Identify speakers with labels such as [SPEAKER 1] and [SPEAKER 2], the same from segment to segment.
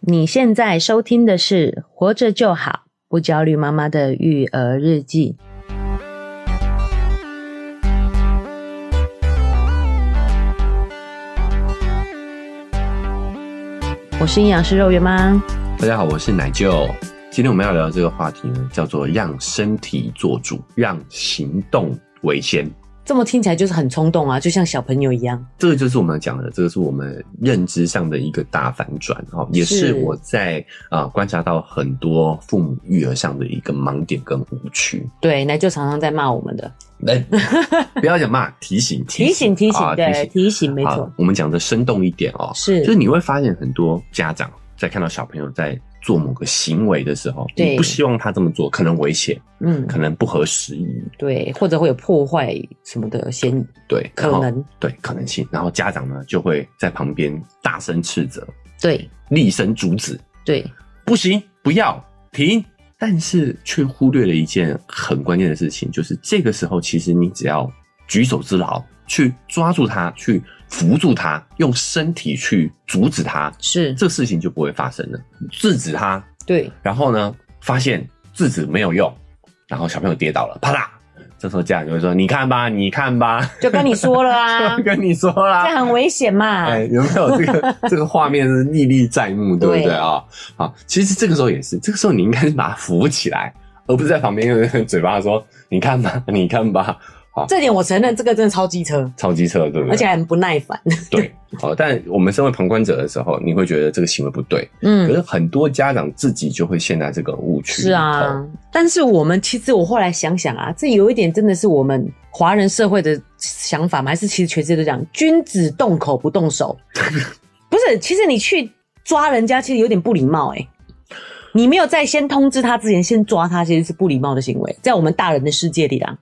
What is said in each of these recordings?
[SPEAKER 1] 你现在收听的是《活着就好，不焦虑妈妈的育儿日记》。我是营养师肉圆妈，
[SPEAKER 2] 大家好，我是奶舅。今天我们要聊的这个话题呢，叫做让身体做主，让行动为先。
[SPEAKER 1] 这么听起来就是很冲动啊，就像小朋友一样。
[SPEAKER 2] 这个就是我们讲的，这个是我们认知上的一个大反转哈，也
[SPEAKER 1] 是
[SPEAKER 2] 是我在啊、呃观察到很多父母育儿上的一个盲点跟误区。
[SPEAKER 1] 对，奶就常常在骂我们的，
[SPEAKER 2] 来， 不要讲骂，提醒
[SPEAKER 1] 提醒提醒，
[SPEAKER 2] 啊
[SPEAKER 1] 对，提醒没
[SPEAKER 2] 好
[SPEAKER 1] 错，
[SPEAKER 2] 我们讲的生动一点哦，
[SPEAKER 1] 是
[SPEAKER 2] 就是你会发现很多家长在看到小朋友在做某个行为的时候，
[SPEAKER 1] 对
[SPEAKER 2] 你不希望他这么做，可能危险，
[SPEAKER 1] 嗯，
[SPEAKER 2] 可能不合时宜，
[SPEAKER 1] 对，或者会有破坏什么的嫌疑，
[SPEAKER 2] 对，
[SPEAKER 1] 可
[SPEAKER 2] 然后
[SPEAKER 1] 能
[SPEAKER 2] 对可能性，然后家长呢就会在旁边大声斥责，
[SPEAKER 1] 对
[SPEAKER 2] 厉声阻止，
[SPEAKER 1] 对，
[SPEAKER 2] 不行，不要停。但是却忽略了一件很关键的事情，就是这个时候，其实你只要举手之劳，去抓住他，去扶住他，用身体去阻止他，
[SPEAKER 1] 是，
[SPEAKER 2] 这事情就不会发生了。制止他，
[SPEAKER 1] 对，
[SPEAKER 2] 然后呢，发现制止没有用，然后小朋友跌倒了，啪嗒。这时候家长就会说：“你看吧，你看吧，
[SPEAKER 1] 就跟你说了 啊
[SPEAKER 2] 就， 跟你说啦，
[SPEAKER 1] 这很危险嘛，
[SPEAKER 2] 哎，有没有这 个这个画面是历历在目，对不对
[SPEAKER 1] 对
[SPEAKER 2] 啊？啊，其实这个时候也是，这个时候你应该是把它扶起来，而不是在旁边用嘴巴说“你看吧， 你看吧
[SPEAKER 1] 这点我承认，这个真的超机车”，，
[SPEAKER 2] 超机车，对不对？
[SPEAKER 1] 而且还很不耐烦，
[SPEAKER 2] 对，好，但我们身为旁观者的时候，你会觉得这个行为不对，可
[SPEAKER 1] 嗯。
[SPEAKER 2] 是很多家长自己就会陷在这个误区里
[SPEAKER 1] 是
[SPEAKER 2] 头。
[SPEAKER 1] 啊，但是我们其实我后来想想啊，这有一点真的是我们华人社会的想法吗？还是其实全世界都这样，君子动口不动手。不是，其实你去抓人家，其实有点不礼貌哎、你没有在先通知他之前先抓他，其实是不礼貌的行为，在我们大人的世界里啦。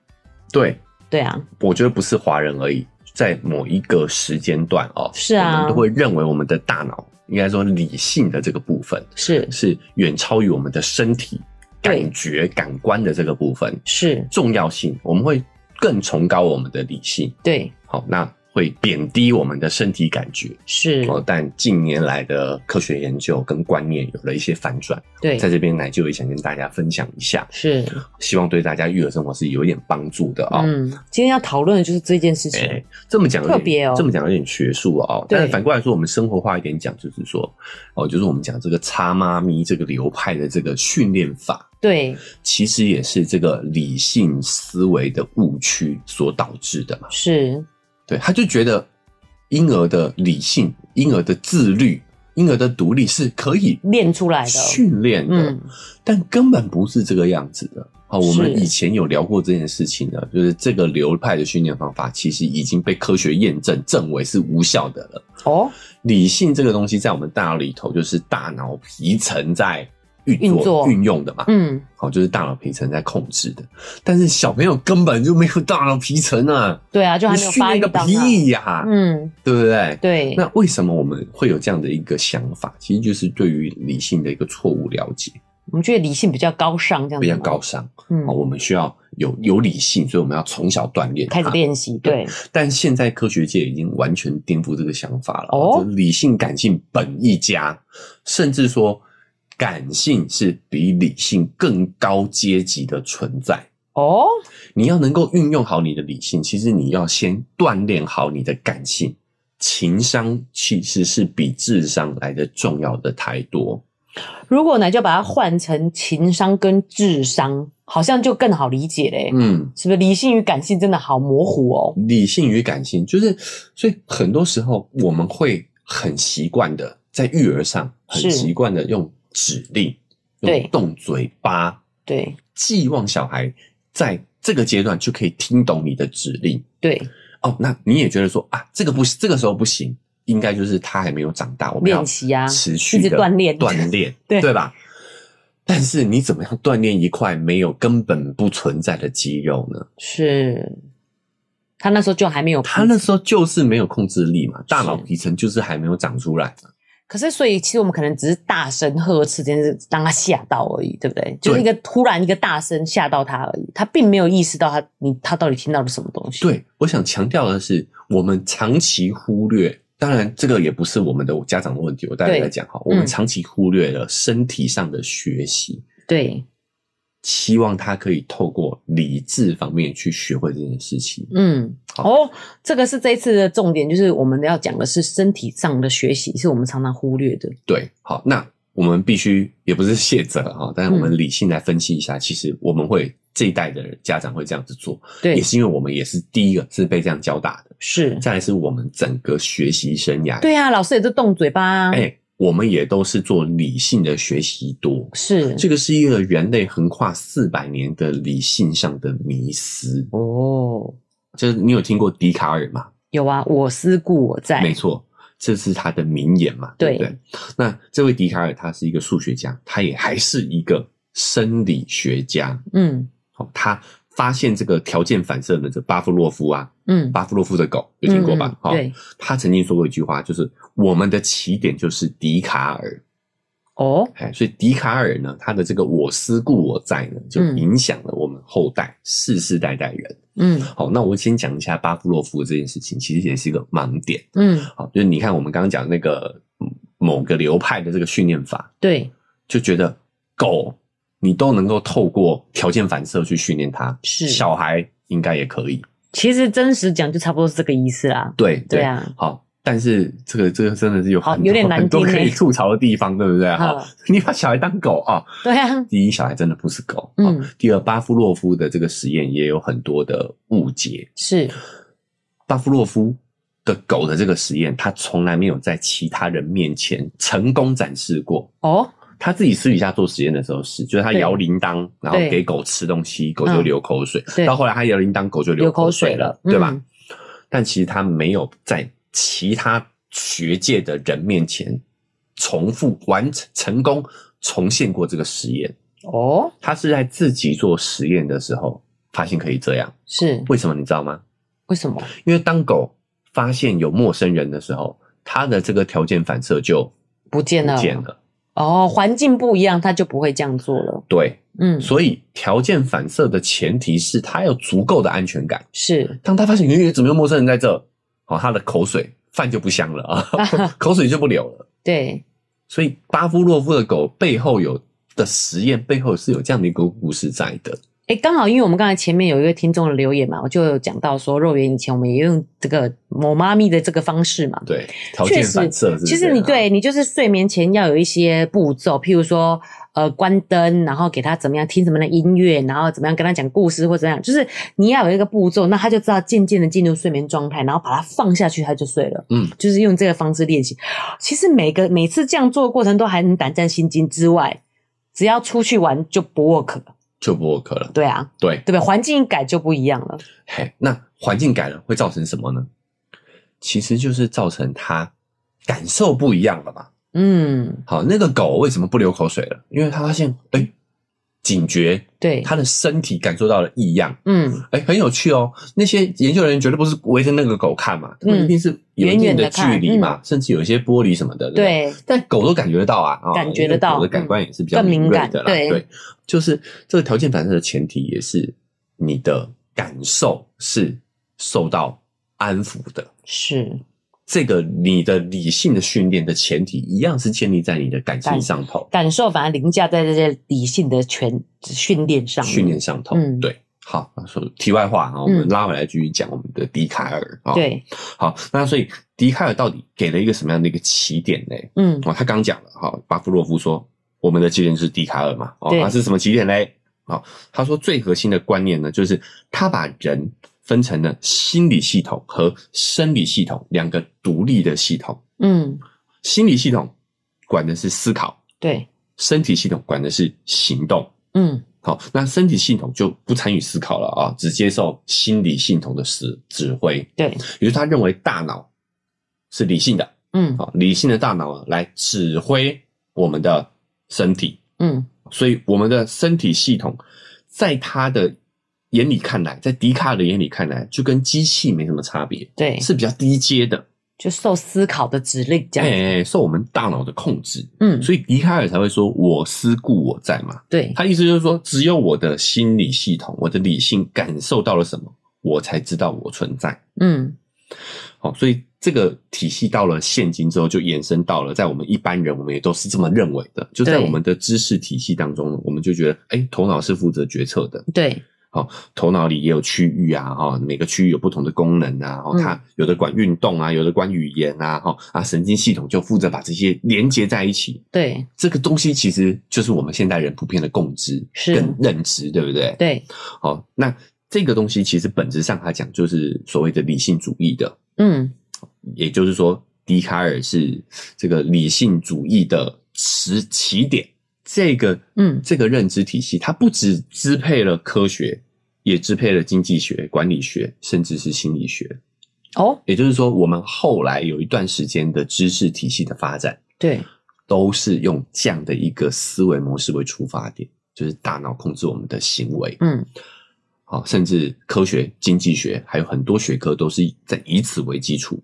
[SPEAKER 2] 对，
[SPEAKER 1] 对啊，
[SPEAKER 2] 我觉得不是华人而已，在某一个时间段哦，
[SPEAKER 1] 是啊
[SPEAKER 2] 我们都会认为我们的大脑应该说理性的这个部分。
[SPEAKER 1] 是
[SPEAKER 2] 是远超于我们的身体
[SPEAKER 1] 对
[SPEAKER 2] 感觉、感官的这个部分
[SPEAKER 1] 是，
[SPEAKER 2] 重要性，我们会更崇高我们的理性，
[SPEAKER 1] 对
[SPEAKER 2] 好，那会贬低我们的身体感觉。
[SPEAKER 1] 是，
[SPEAKER 2] 哦，但近年来的科学研究跟观念有了一些反转，
[SPEAKER 1] 对
[SPEAKER 2] 在这边奶就也想跟大家分享一下，
[SPEAKER 1] 是，
[SPEAKER 2] 希望对大家育儿生活是有一点帮助的啊、
[SPEAKER 1] 嗯，今天要讨论的就是这件事情，
[SPEAKER 2] 哎，这么讲有点
[SPEAKER 1] 特别哦
[SPEAKER 2] 这么讲有点学术哦。
[SPEAKER 1] 对
[SPEAKER 2] 但是反过来说，我们生活化一点讲，就是说，哦，就是我们讲这个“叉妈咪”这个流派的这个训练法，
[SPEAKER 1] 对，
[SPEAKER 2] 其实也是这个理性思维的误区所导致的嘛。
[SPEAKER 1] 是，
[SPEAKER 2] 对，他就觉得婴儿的理性、婴儿的自律、婴儿的独立是可以
[SPEAKER 1] 练出来的
[SPEAKER 2] 训练的，
[SPEAKER 1] 嗯，
[SPEAKER 2] 但根本不是这个样子的。好，我们
[SPEAKER 1] 是
[SPEAKER 2] 以前有聊过这件事情的，就是这个流派的训练方法其实已经被科学验证证为是无效的了。
[SPEAKER 1] 哦，
[SPEAKER 2] 理性这个东西在我们大脑里头就是大脑皮层在运
[SPEAKER 1] 运
[SPEAKER 2] 作
[SPEAKER 1] 作
[SPEAKER 2] 运用的嘛，
[SPEAKER 1] 嗯，
[SPEAKER 2] 好，哦就是大脑皮层在控制的。但是小朋友根本就没有大脑皮层啊，
[SPEAKER 1] 对啊，就还
[SPEAKER 2] 你
[SPEAKER 1] 没有
[SPEAKER 2] 训
[SPEAKER 1] 发
[SPEAKER 2] 练
[SPEAKER 1] 育
[SPEAKER 2] 个
[SPEAKER 1] 到
[SPEAKER 2] 屁
[SPEAKER 1] 它，
[SPEAKER 2] 呀、
[SPEAKER 1] 嗯，
[SPEAKER 2] 对不对？
[SPEAKER 1] 对，
[SPEAKER 2] 那为什么我们会有这样的一个想法？其实就是对于理性的一个错误了解，
[SPEAKER 1] 我们觉得理性比较高尚，这样
[SPEAKER 2] 比
[SPEAKER 1] 子
[SPEAKER 2] 较
[SPEAKER 1] 吗，
[SPEAKER 2] 高尚。哦
[SPEAKER 1] 嗯
[SPEAKER 2] 好，，我们需要有有理性，所以我们要从小锻炼它
[SPEAKER 1] 开始。练习，对，
[SPEAKER 2] 但现在科学界已经完全颠覆这个想法了，
[SPEAKER 1] 哦
[SPEAKER 2] 就是理性感性本一家，甚至说感性是比理性更高阶级的存在。
[SPEAKER 1] 哦，
[SPEAKER 2] 你要能够运用好你的理性，其实你要先锻炼好你的感性。情商其实是比智商来的重要的太多。
[SPEAKER 1] 如果呢，就把它换成情商跟智商，好像就更好理解嘞，
[SPEAKER 2] 嗯，
[SPEAKER 1] 是不是？理性与感性真的好模糊哦，
[SPEAKER 2] 理性与感性，就是所以很多时候我们会很习惯的在育儿上很
[SPEAKER 1] 是
[SPEAKER 2] 习惯的用指令，
[SPEAKER 1] 对
[SPEAKER 2] 用动嘴巴，
[SPEAKER 1] 对
[SPEAKER 2] 寄望小孩在这个阶段就可以听懂你的指令。
[SPEAKER 1] 对，
[SPEAKER 2] 哦，那你也觉得说啊，这个不这个时候不行，应该就是他还没有长大，我们要
[SPEAKER 1] 练习啊，
[SPEAKER 2] 持续
[SPEAKER 1] 一直
[SPEAKER 2] 地
[SPEAKER 1] 锻炼
[SPEAKER 2] 锻炼，
[SPEAKER 1] 对
[SPEAKER 2] 对吧？但是你怎么样锻炼一块没有根本不存在的肌肉呢？
[SPEAKER 1] 是，他那时候就还没有
[SPEAKER 2] 他那时候就是没有控制力嘛，大脑
[SPEAKER 1] 是
[SPEAKER 2] 皮层就是还没有长出来嘛。
[SPEAKER 1] 可是，所以其实我们可能只是大声呵斥这件事，让他吓到而已，对不对？就是一个突然一个大声吓到他而已，他并没有意识到他你他到底听到了什么东西。，
[SPEAKER 2] 对，我想强调的是，我们长期忽略当然，这个也不是我们的家长的问题，我待会
[SPEAKER 1] 对
[SPEAKER 2] 再讲哈。我们
[SPEAKER 1] 嗯
[SPEAKER 2] 长期忽略了身体上的学习，
[SPEAKER 1] 对，
[SPEAKER 2] 期望他可以透过理智方面去学会这件事情。
[SPEAKER 1] 嗯，哦，这个是这一次的重点，就是我们要讲的是身体上的学习，是我们常常忽略的。
[SPEAKER 2] 对，好，那我们必须也不是卸责哈，但是我们
[SPEAKER 1] 嗯
[SPEAKER 2] 理性来分析一下，其实我们会这一代的人家长会这样子做，
[SPEAKER 1] 对
[SPEAKER 2] 也，是因为我们也是第一个是被这样教打的，
[SPEAKER 1] 是，
[SPEAKER 2] 再来是我们整个学习生涯，
[SPEAKER 1] 对啊，老师也是动嘴巴啊，
[SPEAKER 2] 哎、我们也都是做理性的学习多，
[SPEAKER 1] 是，
[SPEAKER 2] 这个是一个人类横跨四百年的理性上的迷失。
[SPEAKER 1] 哦，
[SPEAKER 2] 就是你有听过笛卡尔吗？
[SPEAKER 1] 有啊，我思故我在，
[SPEAKER 2] 没错，这是他的名言嘛，对不
[SPEAKER 1] 对
[SPEAKER 2] 对？那这位笛卡尔他是一个数学家，他也还是一个生理学家。
[SPEAKER 1] 嗯
[SPEAKER 2] 哦，他发现这个条件反射的这巴甫洛夫啊，
[SPEAKER 1] 嗯，
[SPEAKER 2] 巴甫洛夫的狗有听过吧？哦
[SPEAKER 1] 嗯嗯对，
[SPEAKER 2] 他曾经说过一句话，就是我们的起点就是笛卡尔。
[SPEAKER 1] 哦，
[SPEAKER 2] 哎，所以笛卡尔呢，他的这个“我思故我在”呢，就
[SPEAKER 1] 嗯
[SPEAKER 2] 影响了我们后代世世代代人。
[SPEAKER 1] 嗯
[SPEAKER 2] 好，那我先讲一下巴甫洛夫这件事情，其实也是一个盲点。
[SPEAKER 1] 嗯，
[SPEAKER 2] 好，就是你看我们刚刚讲那个嗯某个流派的这个训练法，
[SPEAKER 1] 对，
[SPEAKER 2] 就觉得狗你都能够透过条件反射去训练它，
[SPEAKER 1] 是
[SPEAKER 2] 小孩应该也可以，
[SPEAKER 1] 其实真实讲就差不多是这个意思啦。
[SPEAKER 2] 对
[SPEAKER 1] 对啊，
[SPEAKER 2] 好。但是这个这个真的是有
[SPEAKER 1] 好
[SPEAKER 2] 很多
[SPEAKER 1] 有点难
[SPEAKER 2] 很多
[SPEAKER 1] 听
[SPEAKER 2] 可以
[SPEAKER 1] 欸嗯
[SPEAKER 2] 吐槽的地方，对不对？
[SPEAKER 1] 好
[SPEAKER 2] 哈， 你把小孩当狗啊、
[SPEAKER 1] 对啊，
[SPEAKER 2] 第一，小孩真的不是狗。
[SPEAKER 1] 嗯
[SPEAKER 2] 嗯。第二，巴夫洛夫的这个实验也有很多的误解。
[SPEAKER 1] 是，
[SPEAKER 2] 巴夫洛夫的狗的这个实验，他从来没有在其他人面前成功展示过。
[SPEAKER 1] 哦，
[SPEAKER 2] 他自己私底下做实验的时候是，就是他
[SPEAKER 1] 对
[SPEAKER 2] 摇铃铛，然后
[SPEAKER 1] 对嗯
[SPEAKER 2] 给狗吃东西，狗就流口水。
[SPEAKER 1] 对
[SPEAKER 2] 到后来他摇铃铛，狗就
[SPEAKER 1] 流
[SPEAKER 2] 流
[SPEAKER 1] 口
[SPEAKER 2] 口
[SPEAKER 1] 水
[SPEAKER 2] 水
[SPEAKER 1] 了
[SPEAKER 2] 了，，对吧
[SPEAKER 1] 嗯？？
[SPEAKER 2] 但其实他没有在其他学界的人面前重复完成成功重现过这个实验。
[SPEAKER 1] 哦，
[SPEAKER 2] 他是在自己做实验的时候发现可以这样，
[SPEAKER 1] 是，
[SPEAKER 2] 为什么你知道吗？
[SPEAKER 1] 为什么？
[SPEAKER 2] 因为当狗发现有陌生人的时候，它的这个条件反射就
[SPEAKER 1] 不见
[SPEAKER 2] 不
[SPEAKER 1] 了，
[SPEAKER 2] 见了。
[SPEAKER 1] 哦，环境不一样，他就不会这样做了。
[SPEAKER 2] 对，
[SPEAKER 1] 嗯，
[SPEAKER 2] 所以条件反射的前提是它有足够的安全感。
[SPEAKER 1] 是，
[SPEAKER 2] 当它发现咦，怎么有陌生人在这？哦，它的口水饭就不香了 啊，口水就不流了。
[SPEAKER 1] 对，
[SPEAKER 2] 所以巴夫洛夫的狗背后有的实验背后是有这样的一个故事在的。
[SPEAKER 1] 哎，刚好因为我们刚才前面有一位听众的留言嘛，我就有讲到说，肉圆以前我们也用这个某妈咪的这个方式嘛。
[SPEAKER 2] 对，条件反射是不是
[SPEAKER 1] 其实你对你就是睡眠前要有一些步骤，譬如说，呃，关灯，然后给他怎么样听什么样的音乐，然后怎么样跟他讲故事或怎样，就是你要有一个步骤，那他就知道渐渐的进入睡眠状态，然后把它放下去，他就睡了。
[SPEAKER 2] 嗯，
[SPEAKER 1] 就是用这个方式练习。其实每个每次这样做的过程都还能胆战心惊之外，只要出去玩就不 work，了
[SPEAKER 2] 就不 work 了。
[SPEAKER 1] 对啊，
[SPEAKER 2] 对
[SPEAKER 1] 对，不对？环境一改就不一样了。
[SPEAKER 2] 嘿，那环境改了会造成什么呢？其实就是造成它感受不一样了嘛。
[SPEAKER 1] 嗯，
[SPEAKER 2] 好，那个狗为什么不流口水了？因为它发现，哎、警觉，
[SPEAKER 1] 对，
[SPEAKER 2] 它的身体感受到了异样。
[SPEAKER 1] 嗯，
[SPEAKER 2] 哎、很有趣哦。那些研究人员绝对不是围着那个狗看嘛，他们
[SPEAKER 1] 嗯
[SPEAKER 2] 一定是有一定
[SPEAKER 1] 远远地
[SPEAKER 2] 的距
[SPEAKER 1] 看嗯
[SPEAKER 2] 离嘛，甚至有一些玻璃什么的。不
[SPEAKER 1] 对，
[SPEAKER 2] 但狗都感觉得到啊，啊
[SPEAKER 1] 感觉得到
[SPEAKER 2] 因为狗的感官也是比
[SPEAKER 1] 嗯
[SPEAKER 2] 较
[SPEAKER 1] 更敏
[SPEAKER 2] 锐
[SPEAKER 1] 感
[SPEAKER 2] 的啦。
[SPEAKER 1] 对
[SPEAKER 2] 对，就是这个条件反射的前提也是你的感受是受到安抚的。
[SPEAKER 1] 是，
[SPEAKER 2] 这个你的理性的训练的前提，一样是建立在你的感性上头、
[SPEAKER 1] 感受反而凌驾在这些理性的全训练上面。
[SPEAKER 2] 训练上头。
[SPEAKER 1] 嗯
[SPEAKER 2] 对，好，说题外话啊，我们拉回来继续讲我们的笛卡尔啊。，
[SPEAKER 1] 对，
[SPEAKER 2] 好，那所以笛卡尔到底给了一个什么样的一个起点呢？
[SPEAKER 1] 嗯，
[SPEAKER 2] 哦，他刚讲了，哈、巴甫洛夫说我们的起点是笛卡尔嘛，哦，
[SPEAKER 1] 对
[SPEAKER 2] 那是什么起点嘞？好、他说最核心的观念呢，就是他把人分成了心理系统和生理系统两个独立的系统，
[SPEAKER 1] 嗯，
[SPEAKER 2] 心理系统管的是思考，
[SPEAKER 1] 对，
[SPEAKER 2] 身体系统管的是行动。
[SPEAKER 1] 嗯，
[SPEAKER 2] 好、那身体系统就不参与思考了啊，只接受心理系统的指指挥。
[SPEAKER 1] 对，
[SPEAKER 2] 也就是他认为大脑是理性的，
[SPEAKER 1] 嗯，
[SPEAKER 2] 啊，理性的大脑来指挥我们的身体，
[SPEAKER 1] 嗯，
[SPEAKER 2] 所以我们的身体系统，在他的眼里看来，在笛卡尔的眼里看来，就跟机器没什么差别，
[SPEAKER 1] 对，
[SPEAKER 2] 是比较低阶的，
[SPEAKER 1] 就受思考的指令这
[SPEAKER 2] 哎、
[SPEAKER 1] 样子。
[SPEAKER 2] 哎受我们大脑的控制，
[SPEAKER 1] 嗯，
[SPEAKER 2] 所以笛卡尔才会说“我思故我在”嘛。
[SPEAKER 1] 对，
[SPEAKER 2] 他意思就是说，只有我的心理系统，我的理性感受到了什么，我才知道我存在。
[SPEAKER 1] 嗯，
[SPEAKER 2] 好，所以这个体系到了现今之后，就延伸到了在我们一般人，我们也都是这么认为的。就在
[SPEAKER 1] 对
[SPEAKER 2] 我们的知识体系当中，我们就觉得，哎、头脑是负责决策的，
[SPEAKER 1] 对
[SPEAKER 2] 头脑里也有区域啊，哈，每个区域有不同的功能啊，哦，
[SPEAKER 1] 嗯
[SPEAKER 2] 它有的管运动啊，有的管语言啊，哈，啊，神经系统就负责把这些连接在一起。
[SPEAKER 1] 对
[SPEAKER 2] 这个东西其实就是我们现代人普遍的共知
[SPEAKER 1] 是
[SPEAKER 2] 跟认知，对不对？
[SPEAKER 1] 对，
[SPEAKER 2] 好，那这个东西其实本质上它讲就是所谓的理性主义的，
[SPEAKER 1] 嗯，
[SPEAKER 2] 也就是说，笛卡尔是这个理性主义的始起点。这个，
[SPEAKER 1] 嗯
[SPEAKER 2] 这个认知体系，它不只支配了科学，也支配了经济学、管理学，甚至是心理学。
[SPEAKER 1] 哦，
[SPEAKER 2] 也就是说，我们后来有一段时间的知识体系的发展，
[SPEAKER 1] 对，
[SPEAKER 2] 都是用这样的一个思维模式为出发点，就是大脑控制我们的行为。
[SPEAKER 1] 嗯
[SPEAKER 2] 好，啊甚至科学、经济学，还有很多学科都是在以此为基础。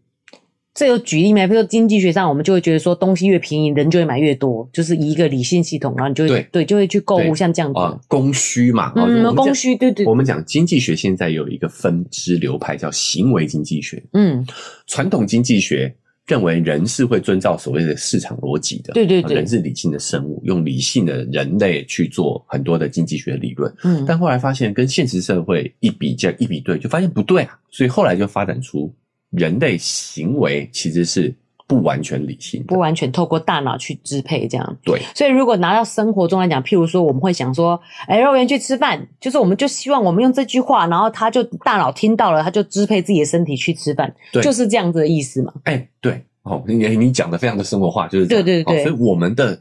[SPEAKER 1] 这有举例吗？比如说经济学上，我们就会觉得说东西越便宜，人就会买越多，就是以一个理性系统，然后你就会
[SPEAKER 2] 对
[SPEAKER 1] 就会去购
[SPEAKER 2] 对
[SPEAKER 1] 物，像这样子。
[SPEAKER 2] 啊，供需嘛，啊我
[SPEAKER 1] 嗯，
[SPEAKER 2] 们讲
[SPEAKER 1] 供需，对对，
[SPEAKER 2] 我们讲经济学现在有一个分支流派叫行为经济学，
[SPEAKER 1] 嗯，
[SPEAKER 2] 传统经济学认为人是会遵照所谓的市场逻辑的，啊
[SPEAKER 1] 对对对
[SPEAKER 2] 人是理性的生物，用理性的人类去做很多的经济学理论，
[SPEAKER 1] 嗯，
[SPEAKER 2] 但后来发现跟现实社会一比较一比对，就发现不对啊，所以后来就发展出人类行为其实是不完全理性的
[SPEAKER 1] 不，完全透过大脑去支配这样。
[SPEAKER 2] 对，
[SPEAKER 1] 所以如果拿到生活中来讲，譬如说我们会想说，哎，肉圆去吃饭，就是我们就希望我们用这句话，然后他就大脑听到了，他就支配自己的身体去吃饭，
[SPEAKER 2] 对
[SPEAKER 1] 就是这样子的意思嘛。
[SPEAKER 2] 哎、对，哦，你你讲的非常的生活化，就是这样
[SPEAKER 1] 对对对
[SPEAKER 2] 哦所以我们的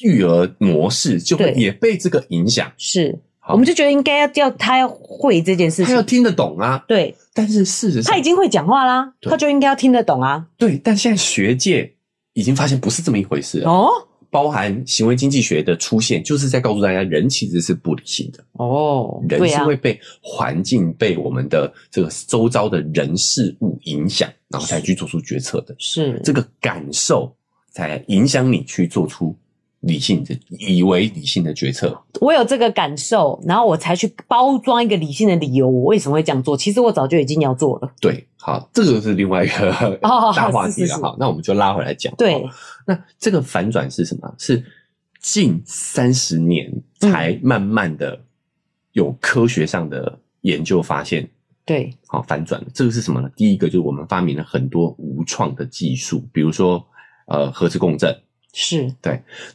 [SPEAKER 2] 育儿模式就会
[SPEAKER 1] 对
[SPEAKER 2] 也被这个影响，
[SPEAKER 1] 是，
[SPEAKER 2] 好
[SPEAKER 1] 我们就觉得应该要要他要会这件事
[SPEAKER 2] 哦他要
[SPEAKER 1] 情，
[SPEAKER 2] 听得懂啊，
[SPEAKER 1] 对
[SPEAKER 2] 但是事实上
[SPEAKER 1] 他已经会讲话啦，
[SPEAKER 2] 对
[SPEAKER 1] 他就应该要听得懂啊。
[SPEAKER 2] 对，但现在学界已经发现不是这么一回事了，
[SPEAKER 1] 哦
[SPEAKER 2] 包含行为经济学的出现，就是在告诉大家，人其实是不理性的，
[SPEAKER 1] 哦，
[SPEAKER 2] 人
[SPEAKER 1] 对
[SPEAKER 2] 是
[SPEAKER 1] 啊，
[SPEAKER 2] 会被环境、被我们的这个周遭的人事物影响，然后才去做出决策的，
[SPEAKER 1] 是
[SPEAKER 2] 这个感受才影响你去做出理性的、以为理性的决策。
[SPEAKER 1] 我有这个感受，然后我才去包装一个理性的理由，我为什么会这样做？其实我早就已经要做了。
[SPEAKER 2] 对，好，这个就是另外一个
[SPEAKER 1] 哦
[SPEAKER 2] 大话题
[SPEAKER 1] 是是
[SPEAKER 2] 了。
[SPEAKER 1] 是
[SPEAKER 2] 好，那我们就拉回来讲。
[SPEAKER 1] 对
[SPEAKER 2] 好，那这个反转是什么？是近三十年
[SPEAKER 1] 嗯
[SPEAKER 2] 才慢慢的有科学上的研究发现，
[SPEAKER 1] 对，
[SPEAKER 2] 好反转了。这个是什么呢？第一个就是我们发明了很多无创的技术，比如说呃核磁共振，
[SPEAKER 1] 是，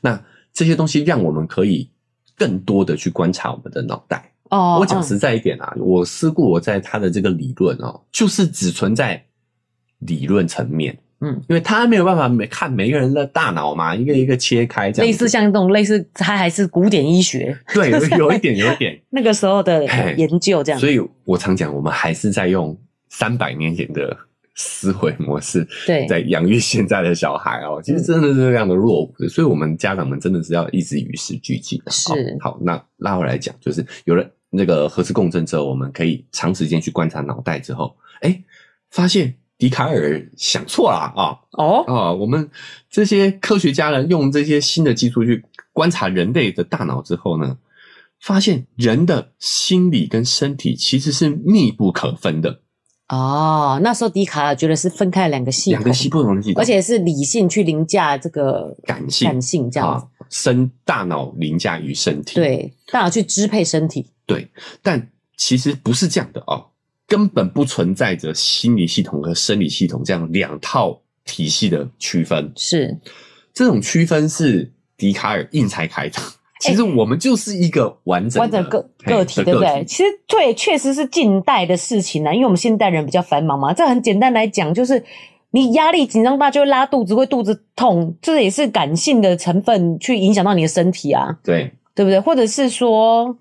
[SPEAKER 2] 那这些东西让我们可以更多的去观察我们的脑袋。
[SPEAKER 1] 哦，
[SPEAKER 2] 我讲
[SPEAKER 1] 嗯
[SPEAKER 2] 实在一点啊，我思故我在他的这个理论哦，就是只存在理论层面，
[SPEAKER 1] 嗯，
[SPEAKER 2] 因为他没有办法每看每个人的大脑嘛，一个一个切开这样
[SPEAKER 1] 类
[SPEAKER 2] 子，
[SPEAKER 1] 似像这种类似，它还是古典医学
[SPEAKER 2] 对，有有一点有一点，
[SPEAKER 1] 那个时候的
[SPEAKER 2] 嘿
[SPEAKER 1] 研究这样。
[SPEAKER 2] 所以我常讲，我们还是在用三百年前的思维模式，
[SPEAKER 1] 对嗯
[SPEAKER 2] 在养育现在的小孩哦，其实真的是非常的落伍的，所以我们家长们真的是要一直与时俱进。啊
[SPEAKER 1] 是
[SPEAKER 2] 好，好那拉回来讲，就是有了那个核磁共振之后，我们可以长时间去观察脑袋之后，哎，发现笛卡尔想错了啊
[SPEAKER 1] 哦，
[SPEAKER 2] 啊！我们这些科学家呢，用这些新的技术去观察人类的大脑之后呢，发现人的心理跟身体其实是密不可分的，
[SPEAKER 1] 哦，那时候笛卡尔觉得是分开两个系统，
[SPEAKER 2] 两个系不同的系统，
[SPEAKER 1] 而且是理性去凌驾这个
[SPEAKER 2] 感性
[SPEAKER 1] 感性这样子。
[SPEAKER 2] 啊，身大脑凌驾于身体，
[SPEAKER 1] 对，大脑去支配身体。
[SPEAKER 2] 但其实不是这样的哦，根本不存在着心理系统和生理系统这样两套体系的区分。
[SPEAKER 1] 是，
[SPEAKER 2] 这种区分是笛卡尔硬才开的。其实我们就是一个完整
[SPEAKER 1] 哎完
[SPEAKER 2] 的
[SPEAKER 1] 整个
[SPEAKER 2] 嘿
[SPEAKER 1] 个体，
[SPEAKER 2] 的
[SPEAKER 1] 对不对？其实对，确实是近代的事情呢、因为我们现代人比较繁忙嘛。这很简单来讲，就是你压力紧张大就会拉肚子，会肚子痛，这也是感性的成分去影响到你的身体啊，
[SPEAKER 2] 对，
[SPEAKER 1] 对不对？或者是说，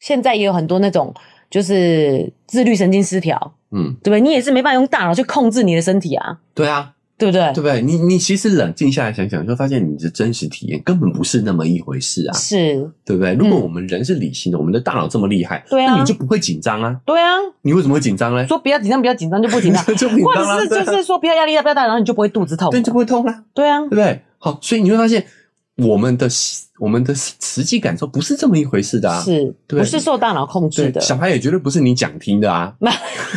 [SPEAKER 1] 现在也有很多那种就是自律神经失调，
[SPEAKER 2] 嗯，
[SPEAKER 1] 对不对？你也是没办法用大脑去控制你的身体啊，
[SPEAKER 2] 对啊，
[SPEAKER 1] 对不对？
[SPEAKER 2] 对不对？你你其实冷静下来想想，就发现你的真实体验根本不是那么一回事啊，
[SPEAKER 1] 是，
[SPEAKER 2] 对不对？如果我们人是理性的，我们的大脑这么厉害，
[SPEAKER 1] 嗯对啊
[SPEAKER 2] 那你就不会紧张啊？
[SPEAKER 1] 对啊。
[SPEAKER 2] 你为什么会紧张呢？，
[SPEAKER 1] 说不要紧张，不要紧张就不紧张
[SPEAKER 2] 就不紧
[SPEAKER 1] 或
[SPEAKER 2] 张
[SPEAKER 1] 者
[SPEAKER 2] 了
[SPEAKER 1] 是
[SPEAKER 2] 对啊
[SPEAKER 1] 就是说不要压力大，不要大，然后你就不会肚子痛。
[SPEAKER 2] 对，就不会痛啦、
[SPEAKER 1] 对啊
[SPEAKER 2] 对，不对？好，所以你会发现我们的我们的实际感受不是这么一回事的啊，
[SPEAKER 1] 是，
[SPEAKER 2] 对
[SPEAKER 1] 不是受大脑控制
[SPEAKER 2] 对
[SPEAKER 1] 的？
[SPEAKER 2] 小孩也绝对不是你讲听的啊，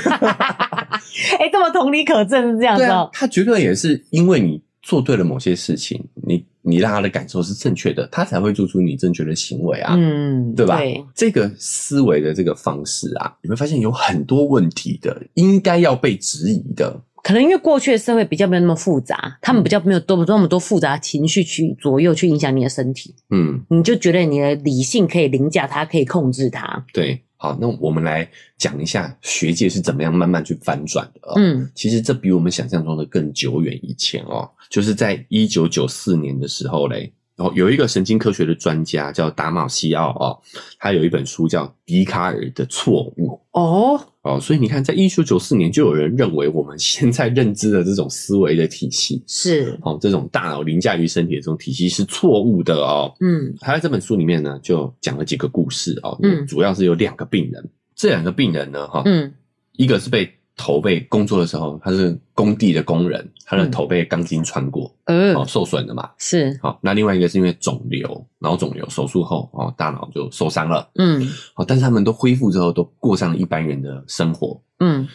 [SPEAKER 1] 哎、这么同理可证是这样子
[SPEAKER 2] 对啊
[SPEAKER 1] 哦，。
[SPEAKER 2] 他绝对也是因为你做对了某些事情，你你让他的感受是正确的，他才会做出你正确的行为啊，
[SPEAKER 1] 嗯，
[SPEAKER 2] 对吧？这个思维的这个方式啊，你会发现有很多问题的，应该要被质疑的。
[SPEAKER 1] 可能因为过去的社会比较没有那么复杂，他们比较没有多那么多复杂的情绪去左右去影响你的身体，
[SPEAKER 2] 嗯，
[SPEAKER 1] 你就觉得你的理性可以凌驾它，可以控制它。
[SPEAKER 2] 对。好，那我们来讲一下学界是怎么样慢慢去反转的、哦。
[SPEAKER 1] 嗯
[SPEAKER 2] 其实这比我们想象中的更久远以前哦，就是在一九九四年的时候嘞，然后有一个神经科学的专家叫达马西奥哦，他有一本书叫《笛卡尔的错误
[SPEAKER 1] 哦，》
[SPEAKER 2] 哦，所以你看，在一九九四年就有人认为我们现在认知的这种思维的体系，
[SPEAKER 1] 是，
[SPEAKER 2] 哦，这种大脑凌驾于身体的这种体系是错误的哦。
[SPEAKER 1] 嗯
[SPEAKER 2] 他在这本书里面呢，就讲了几个故事哦，
[SPEAKER 1] 嗯
[SPEAKER 2] 主要是有两个病人，这两个病人呢，哈、
[SPEAKER 1] 嗯
[SPEAKER 2] 一个是被头被工作的时候，他是工地的工人，他的
[SPEAKER 1] 嗯
[SPEAKER 2] 头被钢筋穿过，
[SPEAKER 1] 呃
[SPEAKER 2] 哦，，受损了嘛。
[SPEAKER 1] 是，
[SPEAKER 2] 好、那另外一个是因为肿瘤，脑肿瘤手术后，哦，大脑就受伤了。
[SPEAKER 1] 嗯
[SPEAKER 2] 好、但是他们都恢复之后，都过上了一般人的生活。
[SPEAKER 1] 嗯，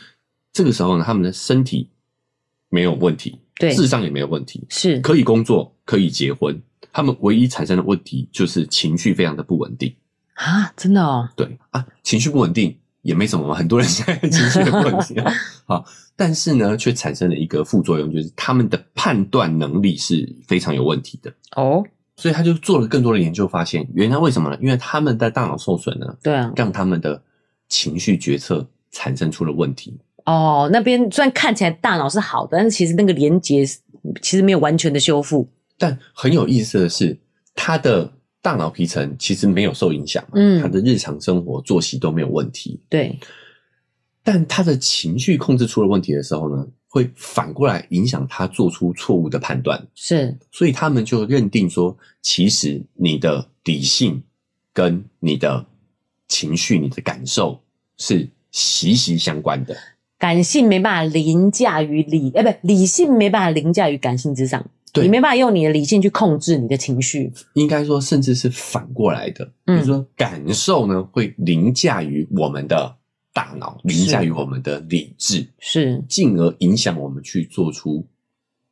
[SPEAKER 2] 这个时候呢，他们的身体没有问题，
[SPEAKER 1] 对
[SPEAKER 2] 智商也没有问题，
[SPEAKER 1] 是，
[SPEAKER 2] 可以工作，可以结婚。他们唯一产生的问题就是情绪非常的不稳定。
[SPEAKER 1] 啊，真的哦，
[SPEAKER 2] 对啊，情绪不稳定也没什么嘛，很多人现在 情绪很稳定啊。好，但是呢，却产生了一个副作用，就是他们的判断能力是非常有问题的。
[SPEAKER 1] 哦，
[SPEAKER 2] 所以他就做了更多的研究，发现原来为什么呢？因为他们的大脑受损呢，
[SPEAKER 1] 对啊，
[SPEAKER 2] 让他们的情绪决策产生出了问题。
[SPEAKER 1] 哦，那边虽然看起来大脑是好的，但是其实那个连接是其实没有完全的修复。
[SPEAKER 2] 但很有意思的是，他的大脑皮层其实没有受影响嘛，
[SPEAKER 1] 嗯
[SPEAKER 2] 他的日常生活作息都没有问题。
[SPEAKER 1] 对，
[SPEAKER 2] 但他的情绪控制出了问题的时候呢，会反过来影响他做出错误的判断，
[SPEAKER 1] 是，
[SPEAKER 2] 所以他们就认定说，其实你的理性跟你的情绪、你的感受是息息相关的。
[SPEAKER 1] 感性没办法凌驾于理，哎，不，理性没办法凌驾于感性之上。
[SPEAKER 2] 对
[SPEAKER 1] 你没办法用你的理性去控制你的情绪。
[SPEAKER 2] 应该说，甚至是反过来的，比
[SPEAKER 1] 嗯
[SPEAKER 2] 如说感受呢，会凌驾于我们的大脑，凌驾于我们的理智，
[SPEAKER 1] 是，
[SPEAKER 2] 进而影响我们去做出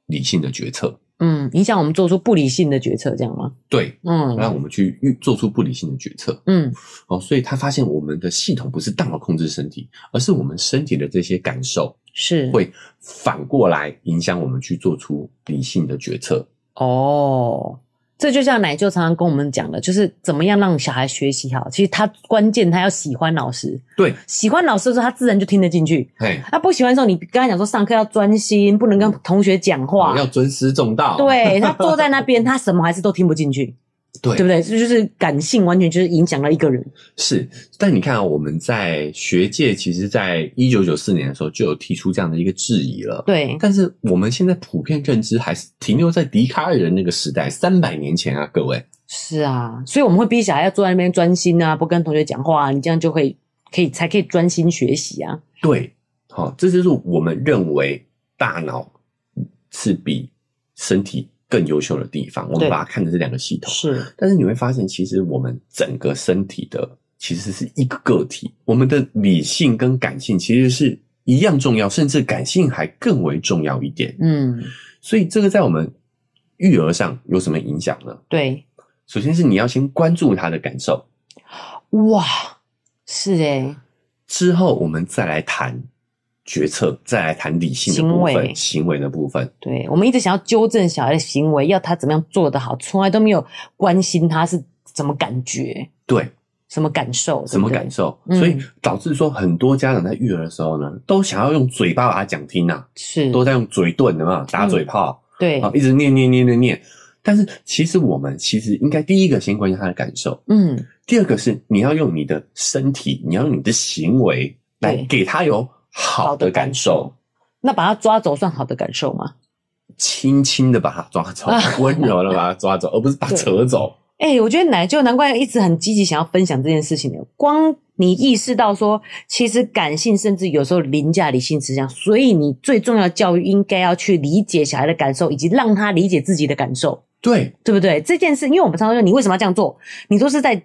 [SPEAKER 2] 理性的决策。
[SPEAKER 1] 嗯，影响我们做出不理性的决策，这样吗？
[SPEAKER 2] 对，
[SPEAKER 1] 嗯
[SPEAKER 2] 让我们去预做出不理性的决策。
[SPEAKER 1] 嗯，
[SPEAKER 2] 哦，所以他发现我们的系统不是大脑控制身体，而是我们身体的这些感受
[SPEAKER 1] 是，
[SPEAKER 2] 会反过来影响我们去做出理性的决策。
[SPEAKER 1] 哦。这就像奶舅常常跟我们讲的，就是怎么样让小孩学习好。其实他关键他要喜欢老师，
[SPEAKER 2] 对，
[SPEAKER 1] 喜欢老师的时候，他自然就听得进去。
[SPEAKER 2] 嘿，
[SPEAKER 1] 他啊不喜欢的时候，你跟他讲说上课要专心，啊不能跟同学讲话。
[SPEAKER 2] 要尊师重
[SPEAKER 1] 啊
[SPEAKER 2] 道。
[SPEAKER 1] 对他坐在那边，他什么还是都听不进去，
[SPEAKER 2] 对
[SPEAKER 1] 对不对？这就是感性，完全就是影响到一个人。
[SPEAKER 2] 是。但你看啊，我们在学界，其实在一九九四年的时候就有提出这样的一个质疑了。
[SPEAKER 1] 对，
[SPEAKER 2] 但是我们现在普遍认知还是停留在笛卡尔人那个时代，三百年前啊，各位。
[SPEAKER 1] 是啊，所以我们会逼小孩要坐在那边专心啊，不跟同学讲话、啊，你这样就会可以才可以专心学习啊。
[SPEAKER 2] 对，好、这就是我们认为大脑是比身体更优秀的地方。我们
[SPEAKER 1] 对
[SPEAKER 2] 把它看成是两个系统，
[SPEAKER 1] 是，
[SPEAKER 2] 但是你会发现，其实我们整个身体的其实是一个个体，我们的理性跟感性其实是一样重要，甚至感性还更为重要一点。
[SPEAKER 1] 嗯，
[SPEAKER 2] 所以这个在我们育儿上有什么影响呢？
[SPEAKER 1] 对，
[SPEAKER 2] 首先是你要先关注他的感受，
[SPEAKER 1] 哇，是欸诶、
[SPEAKER 2] 之后我们再来谈决策，再来谈理性的部分、
[SPEAKER 1] 行
[SPEAKER 2] 行
[SPEAKER 1] 为
[SPEAKER 2] 为的部分。
[SPEAKER 1] 对我们一直想要纠正小孩的行为，要他怎么样做得好，从来都没有关心他是怎么感觉、
[SPEAKER 2] 对，
[SPEAKER 1] 什么感受，
[SPEAKER 2] 什
[SPEAKER 1] 对不
[SPEAKER 2] 么
[SPEAKER 1] 对
[SPEAKER 2] 感受？
[SPEAKER 1] 嗯
[SPEAKER 2] 所以导致说很多家长在育儿的时候呢，都想要用嘴巴把它讲听啊，
[SPEAKER 1] 是
[SPEAKER 2] 都在用嘴遁的嘛，打嘴炮
[SPEAKER 1] 对，
[SPEAKER 2] 啊，一直念念念念念。但是其实我们其实应该第一个先关心他的感受，
[SPEAKER 1] 嗯，
[SPEAKER 2] 第二个是你要用你的身体，你要用你的行为来
[SPEAKER 1] 对
[SPEAKER 2] 给他有好的感受，
[SPEAKER 1] 那把他抓走算好的感受吗？
[SPEAKER 2] 轻轻的把他抓走， 温柔的把他抓走，而不是把他
[SPEAKER 1] 对
[SPEAKER 2] 扯走。
[SPEAKER 1] 哎、我觉得奶舅难怪一直很积极想要分享这件事情的。光你意识到说，其实感性甚至有时候凌驾理性思想，所以你最重要的教育应该要去理解小孩的感受，以及让他理解自己的感受，
[SPEAKER 2] 对，
[SPEAKER 1] 对不对？这件事，因为我们常常说你为什么要这样做，你都是在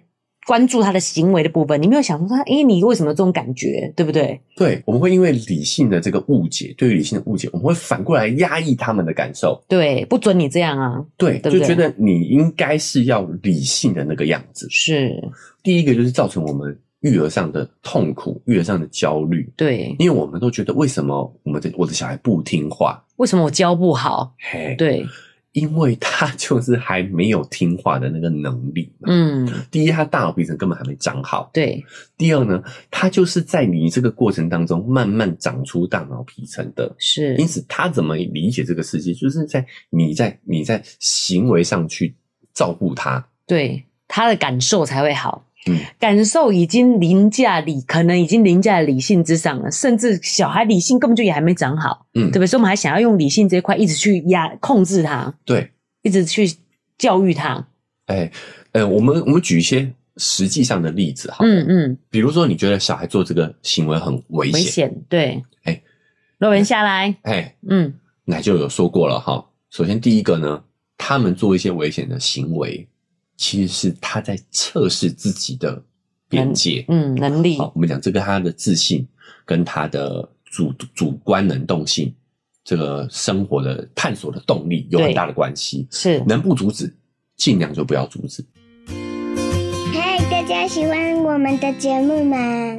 [SPEAKER 1] 关注他的行为的部分，你没有想说他，诶，你为什么有这种感觉，对不对？
[SPEAKER 2] 对，我们会因为理性的这个误解，对于理性的误解，我们会反过来压抑他们的感受。
[SPEAKER 1] 对，不准你这样啊，
[SPEAKER 2] 对，
[SPEAKER 1] 对不对
[SPEAKER 2] 就觉得你应该是要理性的那个样子。
[SPEAKER 1] 是
[SPEAKER 2] 第一个就是造成我们育儿上的痛苦，育儿上的焦虑，
[SPEAKER 1] 对。
[SPEAKER 2] 因为我们都觉得为什么我们的我的小孩不听话？
[SPEAKER 1] 为什么我教不好？
[SPEAKER 2] 嘿，，
[SPEAKER 1] 对，
[SPEAKER 2] 因为他 就是还没有听话的那个能力嘛。
[SPEAKER 1] 嗯，
[SPEAKER 2] 第一，他大脑皮层根本还没长好；
[SPEAKER 1] 对，
[SPEAKER 2] 第二呢，他就是在你这个过程当中慢慢长出大脑皮层的。
[SPEAKER 1] 是
[SPEAKER 2] 因此，他怎么理解这个世界，就是在你在你在行为上去照顾他。
[SPEAKER 1] 对他的感受才会好。
[SPEAKER 2] 嗯
[SPEAKER 1] 感受已经凌驾理，可能已经凌驾理性之上了，甚至小孩理性根本就也还没长好，
[SPEAKER 2] 嗯
[SPEAKER 1] 对不对？所以我们还想要用理性这一块一直去压控制他，
[SPEAKER 2] 对，
[SPEAKER 1] 一直去教育他。
[SPEAKER 2] 哎，呃，我们我们举一些实际上的例子哈，
[SPEAKER 1] 嗯嗯，
[SPEAKER 2] 比如说你觉得小孩做这个行为很危
[SPEAKER 1] 危
[SPEAKER 2] 险，
[SPEAKER 1] 险，对。
[SPEAKER 2] 哎
[SPEAKER 1] 落人下来，
[SPEAKER 2] 哎，
[SPEAKER 1] 嗯，
[SPEAKER 2] 奶就有说过了哈。首先第一个呢，他们做一些危险的行为，其实是他在测试自己的边界。
[SPEAKER 1] 嗯，能力
[SPEAKER 2] 好，我们讲这个他的自信跟他的主主观能动性，这个生活的探索的动力有很
[SPEAKER 1] 对
[SPEAKER 2] 大的关系。
[SPEAKER 1] 是
[SPEAKER 2] 能不阻止，尽量就不要阻止。
[SPEAKER 3] 嗨，大家喜欢我们的节目吗？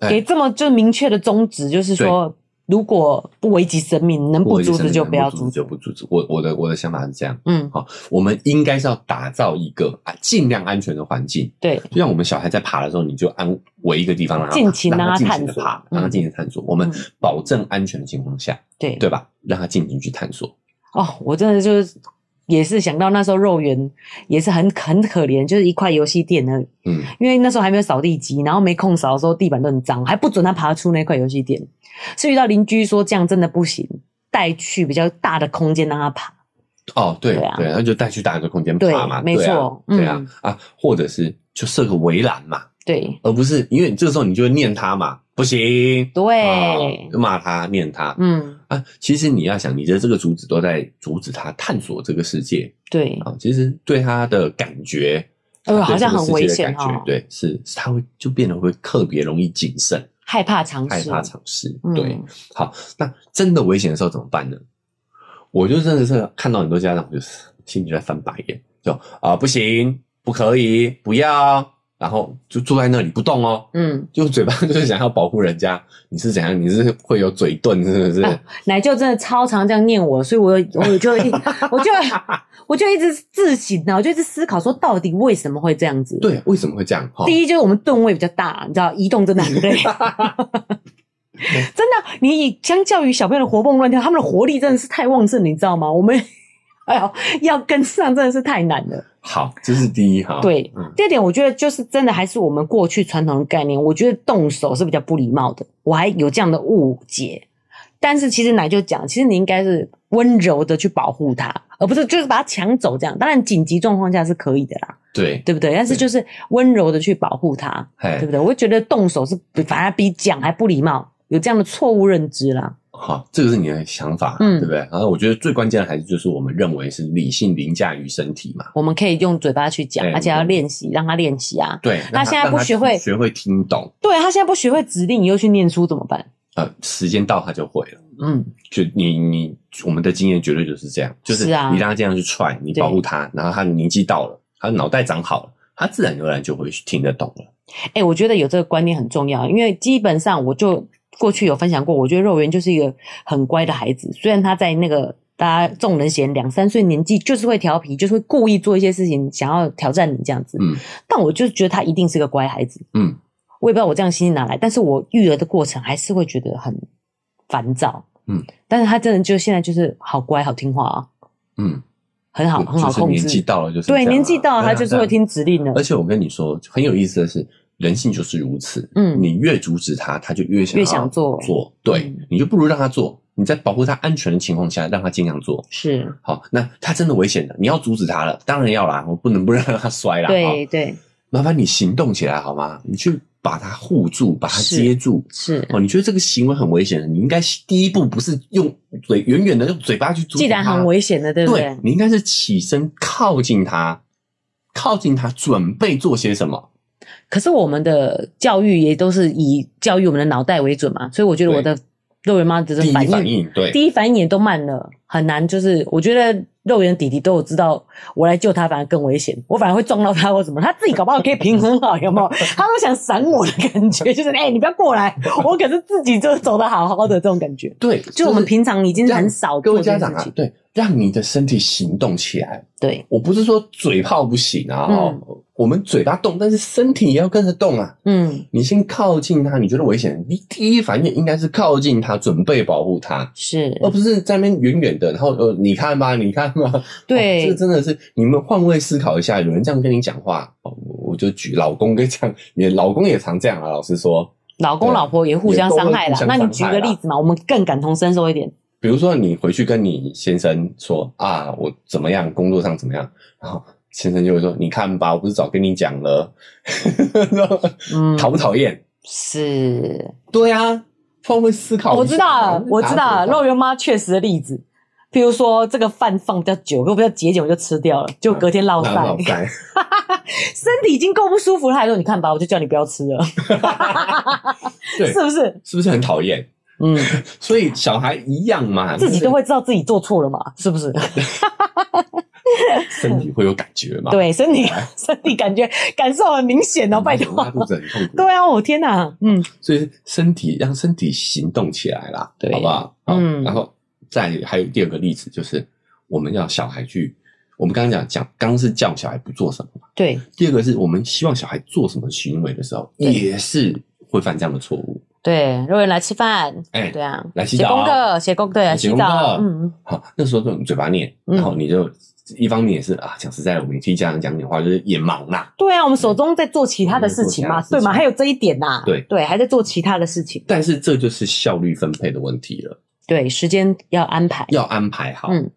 [SPEAKER 2] 哎
[SPEAKER 1] 给这么就明确的宗旨，就是说，如果不危及生命，能不
[SPEAKER 2] 我
[SPEAKER 1] 阻止就不要阻
[SPEAKER 2] 阻止，
[SPEAKER 1] 止。
[SPEAKER 2] 就不阻止。我我的我的想法是这样，
[SPEAKER 1] 嗯，
[SPEAKER 2] 我们应该是要打造一个啊尽量安全的环境，
[SPEAKER 1] 对，
[SPEAKER 2] 就像我们小孩在爬的时候，你就安围一个地方让他爬
[SPEAKER 1] 尽情让他
[SPEAKER 2] 让他尽
[SPEAKER 1] 探
[SPEAKER 2] 情的
[SPEAKER 1] 索
[SPEAKER 2] 爬，让他
[SPEAKER 1] 嗯
[SPEAKER 2] 尽情地探索。我们
[SPEAKER 1] 嗯
[SPEAKER 2] 保证安全的情况下，
[SPEAKER 1] 对，
[SPEAKER 2] 对吧？让他尽情去探索。
[SPEAKER 1] 哦，我真的就是也是想到那时候肉圆也是很很可怜，就是一块游戏店呢，
[SPEAKER 2] 嗯，
[SPEAKER 1] 因为那时候还没有扫地机，然后没空扫的时候，地板都很脏，还不准他爬出那块游戏店。是遇到邻居说这样真的不行，带去比较大的空间让他爬。
[SPEAKER 2] 哦，对
[SPEAKER 1] 对啊
[SPEAKER 2] 对，那就带去大的空间
[SPEAKER 1] 对
[SPEAKER 2] 爬嘛，
[SPEAKER 1] 没
[SPEAKER 2] 对啊
[SPEAKER 1] 错
[SPEAKER 2] 对啊
[SPEAKER 1] 嗯
[SPEAKER 2] 啊，或者是就设个围栏嘛，
[SPEAKER 1] 对
[SPEAKER 2] 而不是因为你这个时候你就会念他嘛，不行，
[SPEAKER 1] 对
[SPEAKER 2] 哦，就骂他念他
[SPEAKER 1] 嗯，
[SPEAKER 2] 啊。其实你要想，你的这个阻止都在阻止他探索这个世界
[SPEAKER 1] 对，
[SPEAKER 2] 啊，其实对他的感觉。
[SPEAKER 1] 哎呦好像
[SPEAKER 2] 啊对这个
[SPEAKER 1] 很危
[SPEAKER 2] 世界的
[SPEAKER 1] 险
[SPEAKER 2] 感觉
[SPEAKER 1] 哦
[SPEAKER 2] 对，是是他会就变得会特别容易谨慎，
[SPEAKER 1] 害怕尝
[SPEAKER 2] 害
[SPEAKER 1] 试，
[SPEAKER 2] 怕尝试。
[SPEAKER 1] 嗯
[SPEAKER 2] 对，好，那真的危险的时候怎么办呢？我就真的是看到很多家长，就是心里在翻白眼，就啊、不行，不可以，不要，然后就坐在那里不动哦，
[SPEAKER 1] 嗯，
[SPEAKER 2] 就嘴巴就是想要保护人家。你是怎样？你是会有嘴遁是不是？
[SPEAKER 1] 啊奶舅真的超常这样念我，所以我 我就一我就我就一直自省啊呢，我就一直思考说到底为什么会这样子。，
[SPEAKER 2] 对，啊为什么会这样？哈，
[SPEAKER 1] 第一就是我们吨位比较大，你知道移动真的很 累，真的，你以相较于小朋友的活蹦乱跳，他们的活力真的是太旺盛，你知道吗？我们 哎呦要跟上真的是太难了。
[SPEAKER 2] 好，这是第一哈。
[SPEAKER 1] 对
[SPEAKER 2] 嗯，
[SPEAKER 1] 第二点，我觉得就是真的还是我们过去传统的概念，我觉得动手是比较不礼貌的，我还有这样的误解。但是其实奶就讲，其实你应该是温柔的去保护他，而不是就是把他抢走这样。当然紧急状况下是可以的啦，
[SPEAKER 2] 对，
[SPEAKER 1] 对不对？但是
[SPEAKER 2] 对
[SPEAKER 1] 就是温柔的去保护他，对
[SPEAKER 2] 哎
[SPEAKER 1] 不，对？我会觉得动手是比反而比讲还不礼貌，有这样的错误认知啦。
[SPEAKER 2] 好，这个是你的想法，
[SPEAKER 1] 嗯
[SPEAKER 2] 对不对？然后我觉得最关键的还是就是我们认为是理性凌驾于身体嘛。
[SPEAKER 1] 我们可以用嘴巴去讲，
[SPEAKER 2] 哎
[SPEAKER 1] 而且要练习，让他练习啊。
[SPEAKER 2] 对，
[SPEAKER 1] 那
[SPEAKER 2] 让
[SPEAKER 1] 现在
[SPEAKER 2] 让
[SPEAKER 1] 不
[SPEAKER 2] 他
[SPEAKER 1] 学会
[SPEAKER 2] 学会听懂，
[SPEAKER 1] 对啊他现在不学会指令，你又去念书怎么办？
[SPEAKER 2] 呃，时间到他就会了。
[SPEAKER 1] 嗯，
[SPEAKER 2] 就你你我们的经验绝对就是这样，就是
[SPEAKER 1] 是啊
[SPEAKER 2] 你让他这样去踹，你
[SPEAKER 1] 对
[SPEAKER 2] 保护他，然后他年纪到了，他脑袋长好了，他自然而然就会听得懂了。
[SPEAKER 1] 哎、我觉得有这个观念很重要，因为基本上我就过去有分享过，我觉得肉圆就是一个很乖的孩子，虽然他在那个大家众人嫌两三岁年纪，就是会调皮，就是会故意做一些事情，想要挑战你这样子。
[SPEAKER 2] 嗯
[SPEAKER 1] 但我就觉得他一定是个乖孩子，
[SPEAKER 2] 嗯，
[SPEAKER 1] 我也不知道我这样心情哪来，但是我育儿的过程还是会觉得很烦躁。
[SPEAKER 2] 嗯，
[SPEAKER 1] 但是他真的就现在就是好乖好听话啊，
[SPEAKER 2] 嗯，
[SPEAKER 1] 很好很好
[SPEAKER 2] 就是
[SPEAKER 1] 控
[SPEAKER 2] 年纪
[SPEAKER 1] 制。
[SPEAKER 2] 到了就是这
[SPEAKER 1] 对，
[SPEAKER 2] 样啊
[SPEAKER 1] 年纪到了，
[SPEAKER 2] 对啊
[SPEAKER 1] 他就是会听指令
[SPEAKER 2] 对啊
[SPEAKER 1] 了
[SPEAKER 2] 而。且我跟你说，很有意思的是，人性就是如此，
[SPEAKER 1] 嗯
[SPEAKER 2] 你越阻止他，他就越想
[SPEAKER 1] 越
[SPEAKER 2] 越
[SPEAKER 1] 想做
[SPEAKER 2] 做，对，
[SPEAKER 1] 嗯
[SPEAKER 2] 你就不如让他做。你在保护他安全的情况下，让他尽量做
[SPEAKER 1] 是，
[SPEAKER 2] 好。那他真的危险了，你要阻止他了，当然要啦，我不能不让他摔啦。哈
[SPEAKER 1] 对对
[SPEAKER 2] 麻烦你行动起来好吗？你去把它护住，把它
[SPEAKER 1] 是
[SPEAKER 2] 接住。
[SPEAKER 1] 是。
[SPEAKER 2] 哦，你觉得这个行为很危险，你应该第一步不是用嘴远远的用嘴巴去阻止它，
[SPEAKER 1] 既然很危险的，对不对？
[SPEAKER 2] 你应该是起身靠近它，靠近它，准备做些什么。
[SPEAKER 1] 可是我们的教育也都是以教育我们的脑袋为准嘛，所以我觉得我的肉圆妈的
[SPEAKER 2] 第一
[SPEAKER 1] 反
[SPEAKER 2] 反
[SPEAKER 1] 应，
[SPEAKER 2] 应，对，
[SPEAKER 1] 第一反应也都慢了，很难。就是我觉得肉圆弟弟都有知道，我来救他反而更危险，我反而会撞到他或什么，他自己搞不好可以平衡好，有没有？ 他都想闪我的感觉，就是哎、你不要过来，我可是自己就走的好好的这种感觉。
[SPEAKER 2] 对，
[SPEAKER 1] 就我们
[SPEAKER 2] 是
[SPEAKER 1] 平常已经
[SPEAKER 2] 让
[SPEAKER 1] 很少
[SPEAKER 2] 各
[SPEAKER 1] 做
[SPEAKER 2] 位
[SPEAKER 1] 这
[SPEAKER 2] 家
[SPEAKER 1] 件
[SPEAKER 2] 长
[SPEAKER 1] 事
[SPEAKER 2] 啊
[SPEAKER 1] 情，，
[SPEAKER 2] 对，让你的身体行动起来。
[SPEAKER 1] 对，
[SPEAKER 2] 我不是说嘴炮不行啊，
[SPEAKER 1] 嗯
[SPEAKER 2] 哦，我们嘴巴动，但是身体也要跟着动啊。
[SPEAKER 1] 嗯，
[SPEAKER 2] 你先靠近它，你觉得危险，你第一反应应该是靠近它，准备保护它，
[SPEAKER 1] 是，
[SPEAKER 2] 而不是在那边远远的，然后呃，你看吧，你看吧，
[SPEAKER 1] 对
[SPEAKER 2] 哦这真的是你们换位思考一下，有人这样跟你讲话，哦，我我就举老公跟这样，你的老公也常这样啊。老实说，
[SPEAKER 1] 老公
[SPEAKER 2] 对啊
[SPEAKER 1] 老婆也互
[SPEAKER 2] 也
[SPEAKER 1] 相
[SPEAKER 2] 都会
[SPEAKER 1] 伤害
[SPEAKER 2] 互
[SPEAKER 1] 啦。
[SPEAKER 2] 相
[SPEAKER 1] 那你
[SPEAKER 2] 伤
[SPEAKER 1] 举
[SPEAKER 2] 害
[SPEAKER 1] 个
[SPEAKER 2] 啦
[SPEAKER 1] 例子嘛，我们更感同身受一点。
[SPEAKER 2] 比如说你回去跟你先生说啊，我怎么样，工作上怎么样，然后先生就会说，你看吧，我不是早跟你讲了，
[SPEAKER 1] 嗯，
[SPEAKER 2] 讨不讨厌？
[SPEAKER 1] 是，
[SPEAKER 2] 对啊，换位思考一下，
[SPEAKER 1] 哦我知道了，我知道了，
[SPEAKER 2] 啊打嘴炮
[SPEAKER 1] 肉圆妈确实的例子。譬如说，这个饭放比较久，可不要节俭，我就吃掉了，就隔天落
[SPEAKER 2] 嗯那
[SPEAKER 1] 晒
[SPEAKER 2] 老，三，
[SPEAKER 1] 身体已经够不舒服了，还说你看吧，我就叫你不要吃了，
[SPEAKER 2] 对
[SPEAKER 1] 是不是？
[SPEAKER 2] 是不是很讨厌？
[SPEAKER 1] 嗯，
[SPEAKER 2] 所以小孩一样嘛，
[SPEAKER 1] 自己都会知道自己做错了嘛，是不是？
[SPEAKER 2] 身体会有感觉嘛。，
[SPEAKER 1] 对，身体身体感觉感受很明显哦，拜
[SPEAKER 2] 拉
[SPEAKER 1] 托。
[SPEAKER 2] 嗯肚子很痛苦。
[SPEAKER 1] 对啊，我天哪，嗯，
[SPEAKER 2] 所以身体让身体行动起来啦，
[SPEAKER 1] 对
[SPEAKER 2] 好不好？好
[SPEAKER 1] 嗯
[SPEAKER 2] 然后再还有第二个例子就是，我们要小孩去，我们刚刚讲讲，刚刚是叫小孩不做什么嘛，
[SPEAKER 1] 对，
[SPEAKER 2] 第二个是我们希望小孩做什么行为的时候，
[SPEAKER 1] 对
[SPEAKER 2] 也是会犯这样的错误。
[SPEAKER 1] 对，肉圆来吃饭，
[SPEAKER 2] 哎
[SPEAKER 1] 对啊，
[SPEAKER 2] 来洗
[SPEAKER 1] 写
[SPEAKER 2] 澡
[SPEAKER 1] 功课，写功对啊，
[SPEAKER 2] 来
[SPEAKER 1] 洗
[SPEAKER 2] 写功
[SPEAKER 1] 澡，
[SPEAKER 2] 课
[SPEAKER 1] 嗯，
[SPEAKER 2] 好，那时候就用嘴巴念，
[SPEAKER 1] 嗯
[SPEAKER 2] 然后你就一方面也是啊，讲实在的，我们替家长讲点话就是也忙啦，
[SPEAKER 1] 对啊，我们手中在做其他的事情嘛，
[SPEAKER 2] 嗯做其他的事情
[SPEAKER 1] 对嘛，还有这一点呐、
[SPEAKER 2] 对
[SPEAKER 1] 对，还在做其他的事情，
[SPEAKER 2] 但是这就是效率分配的问题了。
[SPEAKER 1] 对，时间要安排，
[SPEAKER 2] 要安排好，
[SPEAKER 1] 哎 嗯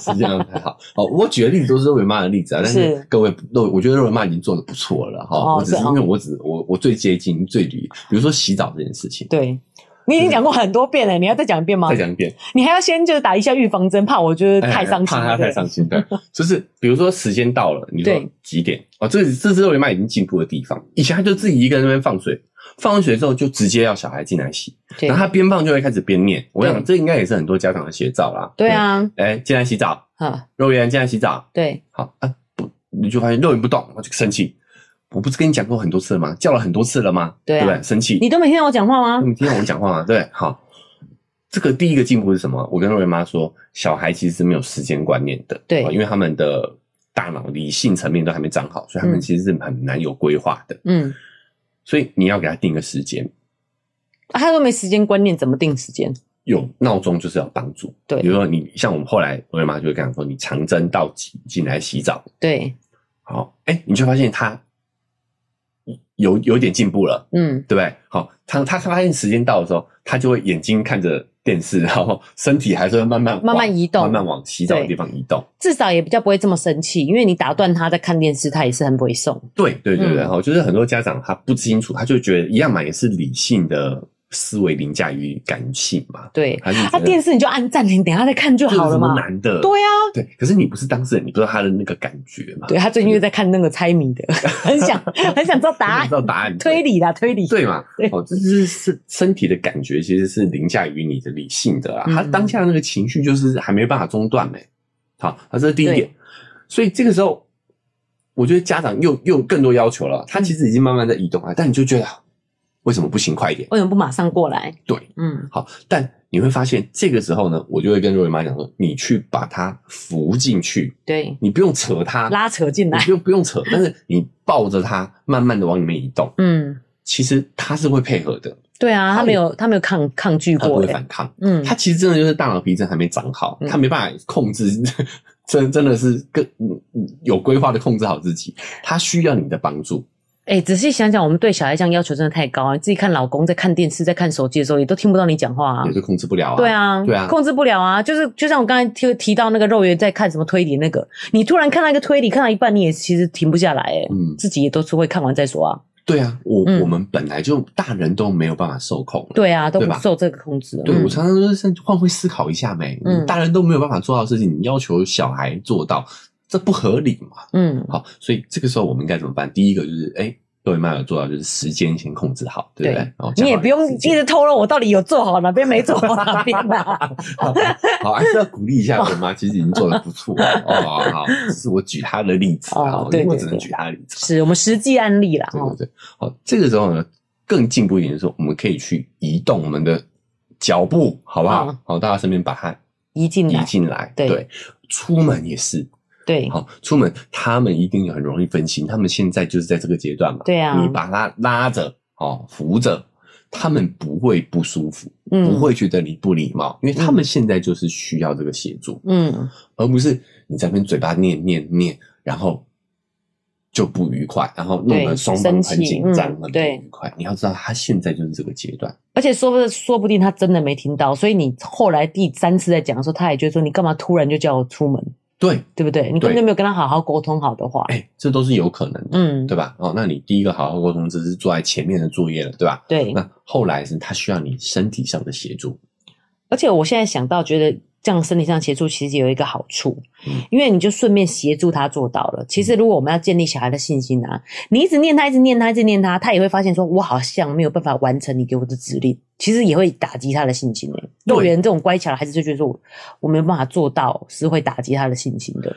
[SPEAKER 2] 时间安排好。哦，我举的例子都是肉圆妈的例子啊，但
[SPEAKER 1] 是
[SPEAKER 2] 是各位肉，我觉得肉圆妈已经做的不错了哈。
[SPEAKER 1] 哦
[SPEAKER 2] 我只是
[SPEAKER 1] 是哦
[SPEAKER 2] 因为我只我我最接近最离，比如说洗澡这件事情，
[SPEAKER 1] 对。你已经讲过很多遍了，你要再讲一遍吗
[SPEAKER 2] 再？讲一遍，
[SPEAKER 1] 你还要先哦就是打一下预防针，怕我就是太伤心
[SPEAKER 2] 哎怕
[SPEAKER 1] 了。
[SPEAKER 2] 他太
[SPEAKER 1] 对
[SPEAKER 2] 伤心。对，就是比如说时间到了，你
[SPEAKER 1] 对
[SPEAKER 2] 说几点？哦，这这是肉圆妈已经进步的地方。以前她就自己一个人在那边放水，放完水之后就直接要小孩进来洗，
[SPEAKER 1] 对
[SPEAKER 2] 然后她边放就会开始边念。我想
[SPEAKER 1] 对
[SPEAKER 2] 这应该也是很多家长的写照啦。
[SPEAKER 1] 对，啊，
[SPEAKER 2] 哎，进来洗澡，
[SPEAKER 1] 啊，
[SPEAKER 2] 肉圆进来洗澡。
[SPEAKER 1] 对，
[SPEAKER 2] 好啊，不，你就发现肉眼不动，我就生气。我不是跟你讲过很多次了吗？叫了很多次了吗？
[SPEAKER 1] 对啊
[SPEAKER 2] 不对？生气，
[SPEAKER 1] 你都啊没听到我讲话吗？
[SPEAKER 2] 你听懂我讲话吗？对，好。这个第一个进步是什么？我跟肉圆妈说，小孩其实是没有时间观念的，
[SPEAKER 1] 对
[SPEAKER 2] 哦因为他们的大脑理性层面都还没长好，所以他
[SPEAKER 1] 嗯
[SPEAKER 2] 们其实是很难有规划的。
[SPEAKER 1] 嗯，
[SPEAKER 2] 所以你要给他定个时间，
[SPEAKER 1] 啊他都没时间观念，怎么定时间？
[SPEAKER 2] 有闹钟就是要帮助。
[SPEAKER 1] 对
[SPEAKER 2] 比如说你像我们后来，肉圆妈就会跟他说，你长针到几进来洗澡，
[SPEAKER 1] 对，
[SPEAKER 2] 好，哎、你就发现他有有一点进步了，
[SPEAKER 1] 嗯，
[SPEAKER 2] 对不对？好，他他发现时间到的时候，他就会眼睛看着电视，然后身体还是会慢慢往
[SPEAKER 1] 慢慢移动
[SPEAKER 2] 慢慢往洗澡的地方移动。
[SPEAKER 1] 至少也比较不会这么生气，因为你打断他在看电视，他也是很不会送。
[SPEAKER 2] 对对对对，
[SPEAKER 1] 嗯
[SPEAKER 2] 然后、就是很多家长他不清楚，他就觉得一样嘛，也是理性的思维凌驾于感性嘛，
[SPEAKER 1] 对，
[SPEAKER 2] 还是
[SPEAKER 1] 啊，电视你就按暂停，等一下再看就
[SPEAKER 2] 就
[SPEAKER 1] 好了嘛。
[SPEAKER 2] 难的，
[SPEAKER 1] 对啊，
[SPEAKER 2] 对。可是你不是当事人，你不知道他的那个感觉嘛？
[SPEAKER 1] 对他最近又在看那个猜谜的，很想 很想知道答
[SPEAKER 2] 他
[SPEAKER 1] 案
[SPEAKER 2] 知，道答案
[SPEAKER 1] 推理啦，推理。
[SPEAKER 2] 对嘛
[SPEAKER 1] 对？
[SPEAKER 2] 哦，这是是身体的感觉，其实是凌驾于你的理性的啦。
[SPEAKER 1] 嗯
[SPEAKER 2] 他当下那个情绪就是还没办法中断没、好，啊，这是第一点
[SPEAKER 1] 对。
[SPEAKER 2] 所以这个时候，我觉得家长又又更多要求了。
[SPEAKER 1] 嗯
[SPEAKER 2] 他其实已经慢慢在移动了，但你就觉得为什么不行快一点？
[SPEAKER 1] 为什么不马上过来？
[SPEAKER 2] 对，
[SPEAKER 1] 嗯，
[SPEAKER 2] 好，但你会发现这个时候呢，我就会跟若瑞妈讲说，你去把他扶进去，
[SPEAKER 1] 对，
[SPEAKER 2] 你不用扯他，
[SPEAKER 1] 拉扯进
[SPEAKER 2] 你
[SPEAKER 1] 来，
[SPEAKER 2] 不用不用扯，但是你抱着他慢慢的往里面移动，
[SPEAKER 1] 嗯，
[SPEAKER 2] 其实他是会配合的，
[SPEAKER 1] 对啊，
[SPEAKER 2] 他
[SPEAKER 1] 他没有他没有抗抗拒
[SPEAKER 2] 他不
[SPEAKER 1] 过
[SPEAKER 2] 会
[SPEAKER 1] 的，
[SPEAKER 2] 反抗。
[SPEAKER 1] 嗯，
[SPEAKER 2] 他其实真的就是大脑皮层还没长好，
[SPEAKER 1] 嗯
[SPEAKER 2] 他没办法控制， 真真的是更嗯嗯有规划的控制好自己，他需要你的帮助。
[SPEAKER 1] 哎、仔细想想，我们对小孩这样要求真的太高啊！你自己看老公在看电视、在看手机的时候，也都听不到你讲话啊
[SPEAKER 2] 也。是控制不了啊。
[SPEAKER 1] 对，啊，
[SPEAKER 2] 对啊
[SPEAKER 1] 控制不了啊！就是就像我刚才提提到那个肉圆在看什么推理那个，你突然看到一个推理，看到一半，你也其实停不下来、哎、
[SPEAKER 2] 嗯，
[SPEAKER 1] 自己也都是会看完再说啊。
[SPEAKER 2] 对啊，我、
[SPEAKER 1] 嗯
[SPEAKER 2] 我们本来就大人都没有办法受控了。
[SPEAKER 1] 对啊，都
[SPEAKER 2] 对
[SPEAKER 1] 不
[SPEAKER 2] 吧
[SPEAKER 1] 受这个控制。
[SPEAKER 2] 对，
[SPEAKER 1] 嗯
[SPEAKER 2] 我常常说，甚至换位思考一下没？
[SPEAKER 1] 嗯
[SPEAKER 2] 你大人都没有办法做到的事情，你要求小孩做到，这不合理嘛？
[SPEAKER 1] 嗯，
[SPEAKER 2] 好，所以这个时候我们该怎么办？第一个就是，哎，各位妈有做到，就是时间先控制好，对不对
[SPEAKER 1] 对？
[SPEAKER 2] 哦，
[SPEAKER 1] 你也
[SPEAKER 2] 讲好
[SPEAKER 1] 不用
[SPEAKER 2] 时
[SPEAKER 1] 一
[SPEAKER 2] 间
[SPEAKER 1] 直透露我到底有做好哪边没做好哪边啊。
[SPEAKER 2] 好，好还是要鼓励一下我
[SPEAKER 1] 哦
[SPEAKER 2] 妈，其实已经做的不错了哦。好好，只是我举她的例子啊，
[SPEAKER 1] 哦
[SPEAKER 2] 因
[SPEAKER 1] 对
[SPEAKER 2] 为我
[SPEAKER 1] 对
[SPEAKER 2] 只能
[SPEAKER 1] 对
[SPEAKER 2] 举她的例子。
[SPEAKER 1] 是我们实际案例啦。
[SPEAKER 2] 对
[SPEAKER 1] 哦
[SPEAKER 2] 对对，好，这个时候呢，更进步一点的是，我们可以去移动我们的脚步，好不好
[SPEAKER 1] 嗯？
[SPEAKER 2] 好，到她身边把它
[SPEAKER 1] 移进
[SPEAKER 2] 移
[SPEAKER 1] 来，
[SPEAKER 2] 进来。
[SPEAKER 1] 对
[SPEAKER 2] 对，出门也是，
[SPEAKER 1] 对
[SPEAKER 2] 好，出门他们一定很容易分心，他们现在就是在这个阶段嘛。
[SPEAKER 1] 对啊
[SPEAKER 2] 你把他拉着，哦，扶着，他们不会不舒服，
[SPEAKER 1] 嗯
[SPEAKER 2] 不会觉得你不礼貌，因为他们现在就是需要这个协助，
[SPEAKER 1] 嗯，
[SPEAKER 2] 而不是你在那边嘴巴念念念，然后就不愉快，然后弄得
[SPEAKER 1] 对
[SPEAKER 2] 双方
[SPEAKER 1] 生
[SPEAKER 2] 很
[SPEAKER 1] 气
[SPEAKER 2] 紧
[SPEAKER 1] 嗯
[SPEAKER 2] 张，很不
[SPEAKER 1] 对
[SPEAKER 2] 愉快。你要知道，他现在就是这个阶段。
[SPEAKER 1] 而且说不说不定他真的没听到，所以你后来第三次在讲的时候，他也觉得说你干嘛突然就叫我出门，
[SPEAKER 2] 对，
[SPEAKER 1] 对不对？你根本
[SPEAKER 2] 对
[SPEAKER 1] 就没有跟他好好沟通好的话，
[SPEAKER 2] 哎、这都是有可能的，
[SPEAKER 1] 嗯，
[SPEAKER 2] 对吧？哦，那你第一个好好沟通，这是做在前面的作业了，对吧？
[SPEAKER 1] 对。
[SPEAKER 2] 那后来是他需要你身体上的协助，
[SPEAKER 1] 而且我现在想到，觉得这样身体上协助其实有一个好处，
[SPEAKER 2] 嗯
[SPEAKER 1] 因为你就顺便协助他做到了。其实如果我们要建立小孩的信心啊，你一直念他，一直念他，一直念他，他也会发现说，我好像没有办法完成你给我的指令，其实也会打击他的信心诶、欸。
[SPEAKER 2] 对
[SPEAKER 1] 幼儿园这种乖巧的孩子就觉得说我我没有办法做到，是会打击他的信心的。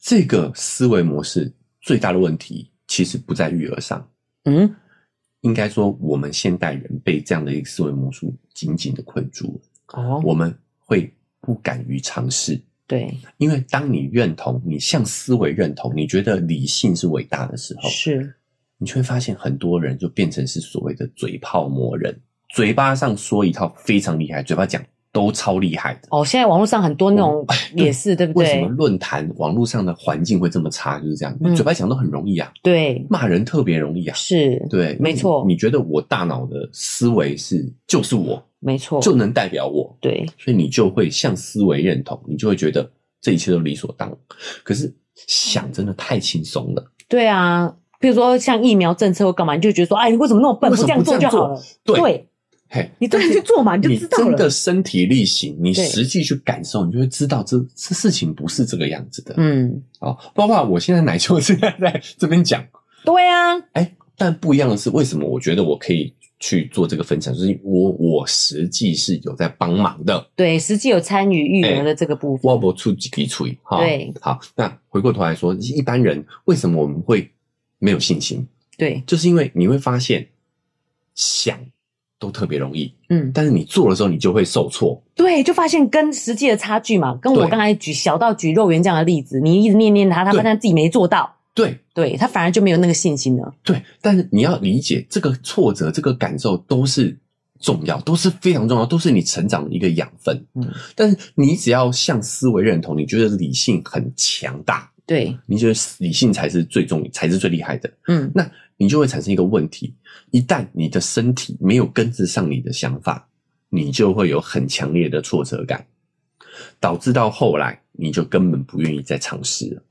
[SPEAKER 2] 这个思维模式最大的问题，其实不在育儿上，
[SPEAKER 1] 嗯，
[SPEAKER 2] 应该说我们现代人被这样的一个思维模式紧紧的困住了，
[SPEAKER 1] 哦，
[SPEAKER 2] 我们会不敢于尝试。
[SPEAKER 1] 对，
[SPEAKER 2] 因为当你认同，你向思维认同，你觉得理性是伟大的时候，
[SPEAKER 1] 是，
[SPEAKER 2] 你就会发现很多人就变成是所谓的嘴炮魔人，嘴巴上说一套非常厉害，嘴巴讲都超厉害的。
[SPEAKER 1] 哦，现在网络上很多那种
[SPEAKER 2] 对
[SPEAKER 1] 也是，对不
[SPEAKER 2] 为什
[SPEAKER 1] 对？
[SPEAKER 2] 么论坛网络上的环境会这么差？就是这样，
[SPEAKER 1] 嗯
[SPEAKER 2] 嘴巴讲都很容易啊，
[SPEAKER 1] 对，
[SPEAKER 2] 骂人特别容易啊。
[SPEAKER 1] 是，
[SPEAKER 2] 对，
[SPEAKER 1] 没错
[SPEAKER 2] 你。你觉得我大脑的思维是就是我
[SPEAKER 1] 没错，
[SPEAKER 2] 就能代表我，
[SPEAKER 1] 对，
[SPEAKER 2] 所以你就会向思维认同，你就会觉得这一切都理所当然。可是想真的太轻松了，
[SPEAKER 1] 对啊，比如说像疫苗政策或干嘛，你就觉得说，哎，你为什么那么笨，
[SPEAKER 2] 为
[SPEAKER 1] 不这
[SPEAKER 2] 什么
[SPEAKER 1] 样
[SPEAKER 2] 不这
[SPEAKER 1] 做
[SPEAKER 2] 样
[SPEAKER 1] 就
[SPEAKER 2] 做
[SPEAKER 1] 好了？
[SPEAKER 2] 对
[SPEAKER 1] 对，
[SPEAKER 2] 嘿，
[SPEAKER 1] 你真的去做嘛，你就
[SPEAKER 2] 你
[SPEAKER 1] 知道
[SPEAKER 2] 真
[SPEAKER 1] 了
[SPEAKER 2] 的。身体力行，你
[SPEAKER 1] 对
[SPEAKER 2] 实际去感受，你就会知道这这事情不是这个样子的。
[SPEAKER 1] 嗯，
[SPEAKER 2] 哦，包括我现在奶舅现在在这边讲，
[SPEAKER 1] 对啊，
[SPEAKER 2] 哎，但不一样的是，为什么我觉得我可以去做这个分享？就是我我实际是有在帮忙的，
[SPEAKER 1] 对，实际有参与育儿的这个部分。
[SPEAKER 2] 哎我不出几滴水。哈
[SPEAKER 1] 对，
[SPEAKER 2] 好，那回过头来说，一般人为什么我们会没有信心？
[SPEAKER 1] 对，
[SPEAKER 2] 就是因为你会发现想都特别容易，
[SPEAKER 1] 嗯，
[SPEAKER 2] 但是你做的时候你就会受挫。
[SPEAKER 1] 对，就发现跟实际的差距嘛，跟我
[SPEAKER 2] 对
[SPEAKER 1] 刚才举小到举肉圆这样的例子，你一直念念他，他
[SPEAKER 2] 对
[SPEAKER 1] 发现自己没做到，
[SPEAKER 2] 对
[SPEAKER 1] 对他反而就没有那个信心了。
[SPEAKER 2] 对，但是你要理解这个挫折、这个感受都是重要，都是非常重要，都是你成长的一个养分。
[SPEAKER 1] 嗯，
[SPEAKER 2] 但是你只要向思维认同，你觉得理性很强大，
[SPEAKER 1] 对，
[SPEAKER 2] 你觉得理性才是最重、才是最厉害的，
[SPEAKER 1] 嗯，
[SPEAKER 2] 那你就会产生一个问题：一旦你的身体没有跟得上你的想法，你就会有很强烈的挫折感，导致到后来你就根本不愿意再尝试了。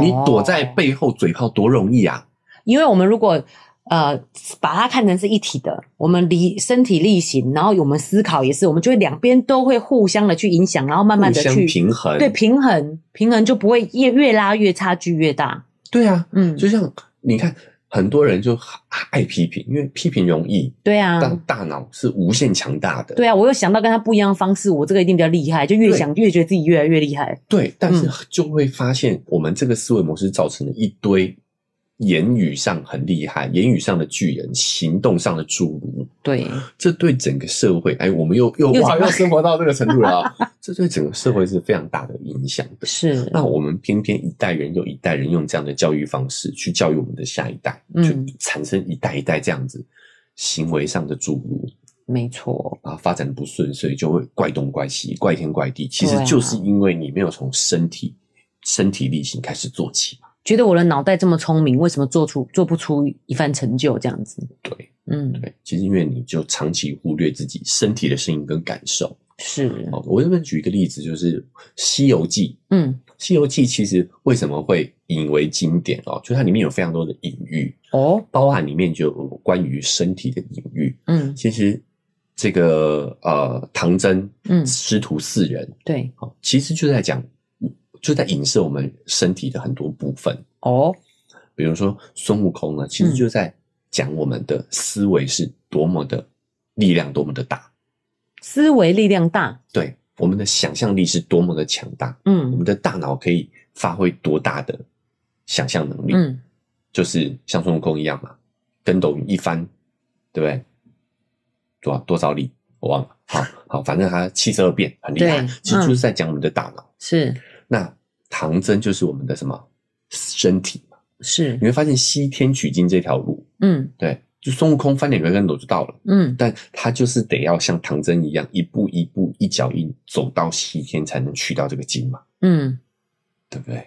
[SPEAKER 2] 你躲在
[SPEAKER 1] 哦
[SPEAKER 2] 背后嘴炮多容易啊！
[SPEAKER 1] 因为我们如果呃把它看成是一体的，我们离身体力行，然后我们思考也是，我们就会两边都会互相的去影响，然后慢慢
[SPEAKER 2] 互
[SPEAKER 1] 的
[SPEAKER 2] 相
[SPEAKER 1] 去
[SPEAKER 2] 平衡，
[SPEAKER 1] 对平衡，平衡就不会越越拉越差距越大。
[SPEAKER 2] 对啊，
[SPEAKER 1] 嗯，
[SPEAKER 2] 就像你看，很多人就爱批评，因为批评容易，
[SPEAKER 1] 对啊，
[SPEAKER 2] 但大脑是无限强大的。
[SPEAKER 1] 对啊，我又想到跟他不一样的方式，我这个一定比较厉害，就越
[SPEAKER 2] 对
[SPEAKER 1] 想越觉得自己越来越厉害。
[SPEAKER 2] 对，但是
[SPEAKER 1] 嗯
[SPEAKER 2] 就会发现我们这个思维模式造成了一堆言语上很厉害、言语上的巨人、行动上的侏儒，
[SPEAKER 1] 对，
[SPEAKER 2] 这对整个社会，哎，我们又又
[SPEAKER 1] 又
[SPEAKER 2] 哇，
[SPEAKER 1] 讲到
[SPEAKER 2] 又生活到这个程度了啊、 这对整个社会是非常大的影响的。
[SPEAKER 1] 是，
[SPEAKER 2] 那我们偏偏一代人又一代人用这样的教育方式去教育我们的下一代，
[SPEAKER 1] 嗯
[SPEAKER 2] 就产生一代一代这样子行为上的注入
[SPEAKER 1] 没错，
[SPEAKER 2] 啊，发展得不顺遂就会怪东怪西、怪天怪地。其实
[SPEAKER 1] 对啊
[SPEAKER 2] 就是因为你没有从身体、身体力行开始做起嘛。
[SPEAKER 1] 觉得我的脑袋这么聪明，为什么做出做不出一番成就这样子？
[SPEAKER 2] 对
[SPEAKER 1] 嗯，
[SPEAKER 2] 对，其实因为你就长期忽略自己身体的声音跟感受。
[SPEAKER 1] 是，
[SPEAKER 2] 哦，我这边举一个例子，就是《西游记》。
[SPEAKER 1] 嗯，
[SPEAKER 2] 《西游记》其实为什么会引为经典哦？就它里面有非常多的隐喻，
[SPEAKER 1] 哦，
[SPEAKER 2] 包含里面就有关于身体的隐喻。
[SPEAKER 1] 嗯
[SPEAKER 2] 其实这个呃，唐僧
[SPEAKER 1] 嗯，
[SPEAKER 2] 师徒四人，
[SPEAKER 1] 对，
[SPEAKER 2] 哦，其实就在讲，就在影射我们身体的很多部分。
[SPEAKER 1] 哦，
[SPEAKER 2] 比如说孙悟空呢，其实
[SPEAKER 1] 嗯
[SPEAKER 2] 就在讲我们的思维是多么的力量，多么的大，
[SPEAKER 1] 思维力量大，
[SPEAKER 2] 对，我们的想象力是多么的强大，我
[SPEAKER 1] 嗯
[SPEAKER 2] 们的大脑可以发挥多大的想象能力，
[SPEAKER 1] 嗯，
[SPEAKER 2] 就是像孙悟空一样嘛，跟斗云一翻，对不对？多少多少力我忘了，好好，反正他七十二变很厉害
[SPEAKER 1] 对，嗯
[SPEAKER 2] 其实就是在讲我们的大脑。
[SPEAKER 1] 是
[SPEAKER 2] 那唐僧就是我们的什么身体嘛？
[SPEAKER 1] 是
[SPEAKER 2] 你，会发现西天取经这条路，
[SPEAKER 1] 嗯
[SPEAKER 2] 对，就孙悟空翻两个跟斗就到了，
[SPEAKER 1] 嗯，
[SPEAKER 2] 但他就是得要像唐僧一样，一步一步一脚印走到西天，才能取到这个经嘛，
[SPEAKER 1] 嗯，
[SPEAKER 2] 对不对？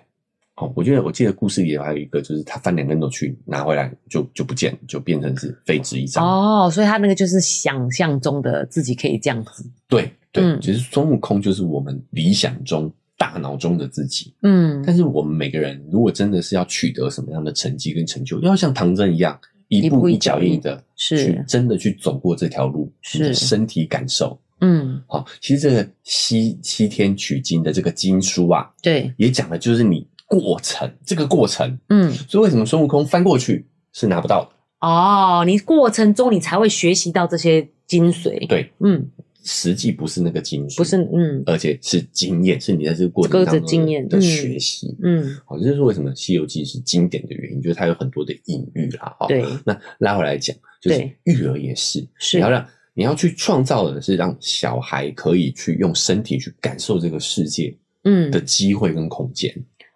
[SPEAKER 2] 哦，我觉得我记得故事里还有一个，就是他翻两跟斗去拿回来就就不见，就变成是废纸一张。
[SPEAKER 1] 哦，所以他那个就是想象中的自己可以这样子，
[SPEAKER 2] 对对，
[SPEAKER 1] 嗯
[SPEAKER 2] 其实孙悟空就是我们理想中大脑中的自己，
[SPEAKER 1] 嗯，
[SPEAKER 2] 但是我们每个人如果真的是要取得什么样的成绩跟成就，要像唐僧一样一
[SPEAKER 1] 一步
[SPEAKER 2] 步
[SPEAKER 1] 一
[SPEAKER 2] 一
[SPEAKER 1] 脚
[SPEAKER 2] 脚
[SPEAKER 1] 印
[SPEAKER 2] 印的去
[SPEAKER 1] 是，
[SPEAKER 2] 真的去走过这条路，
[SPEAKER 1] 是
[SPEAKER 2] 你的身体感受。
[SPEAKER 1] 嗯，
[SPEAKER 2] 好，其实这个西西天取经的这个经书啊，
[SPEAKER 1] 对，
[SPEAKER 2] 也讲的就是你过程这个过程。
[SPEAKER 1] 嗯，
[SPEAKER 2] 所以为什么孙悟空翻过去是拿不到的？
[SPEAKER 1] 哦，你过程中你才会学习到这些精髓，
[SPEAKER 2] 对，
[SPEAKER 1] 嗯，
[SPEAKER 2] 实际不是那个经书，
[SPEAKER 1] 不是，，嗯
[SPEAKER 2] 而且是经验，是你在这个过程
[SPEAKER 1] 这个
[SPEAKER 2] 当中的
[SPEAKER 1] 经验
[SPEAKER 2] 的
[SPEAKER 1] 嗯
[SPEAKER 2] 学习。
[SPEAKER 1] 嗯，
[SPEAKER 2] 好，这就是为什么《西游记》是经典的原因，就是它有很多的隐喻啦。哦，
[SPEAKER 1] 对，
[SPEAKER 2] 那拉回来讲，就是
[SPEAKER 1] 对
[SPEAKER 2] 育儿也是，
[SPEAKER 1] 是
[SPEAKER 2] 你要让你要去创造的是让小孩可以去用身体去感受这个世界
[SPEAKER 1] 嗯
[SPEAKER 2] 的，机会跟空间。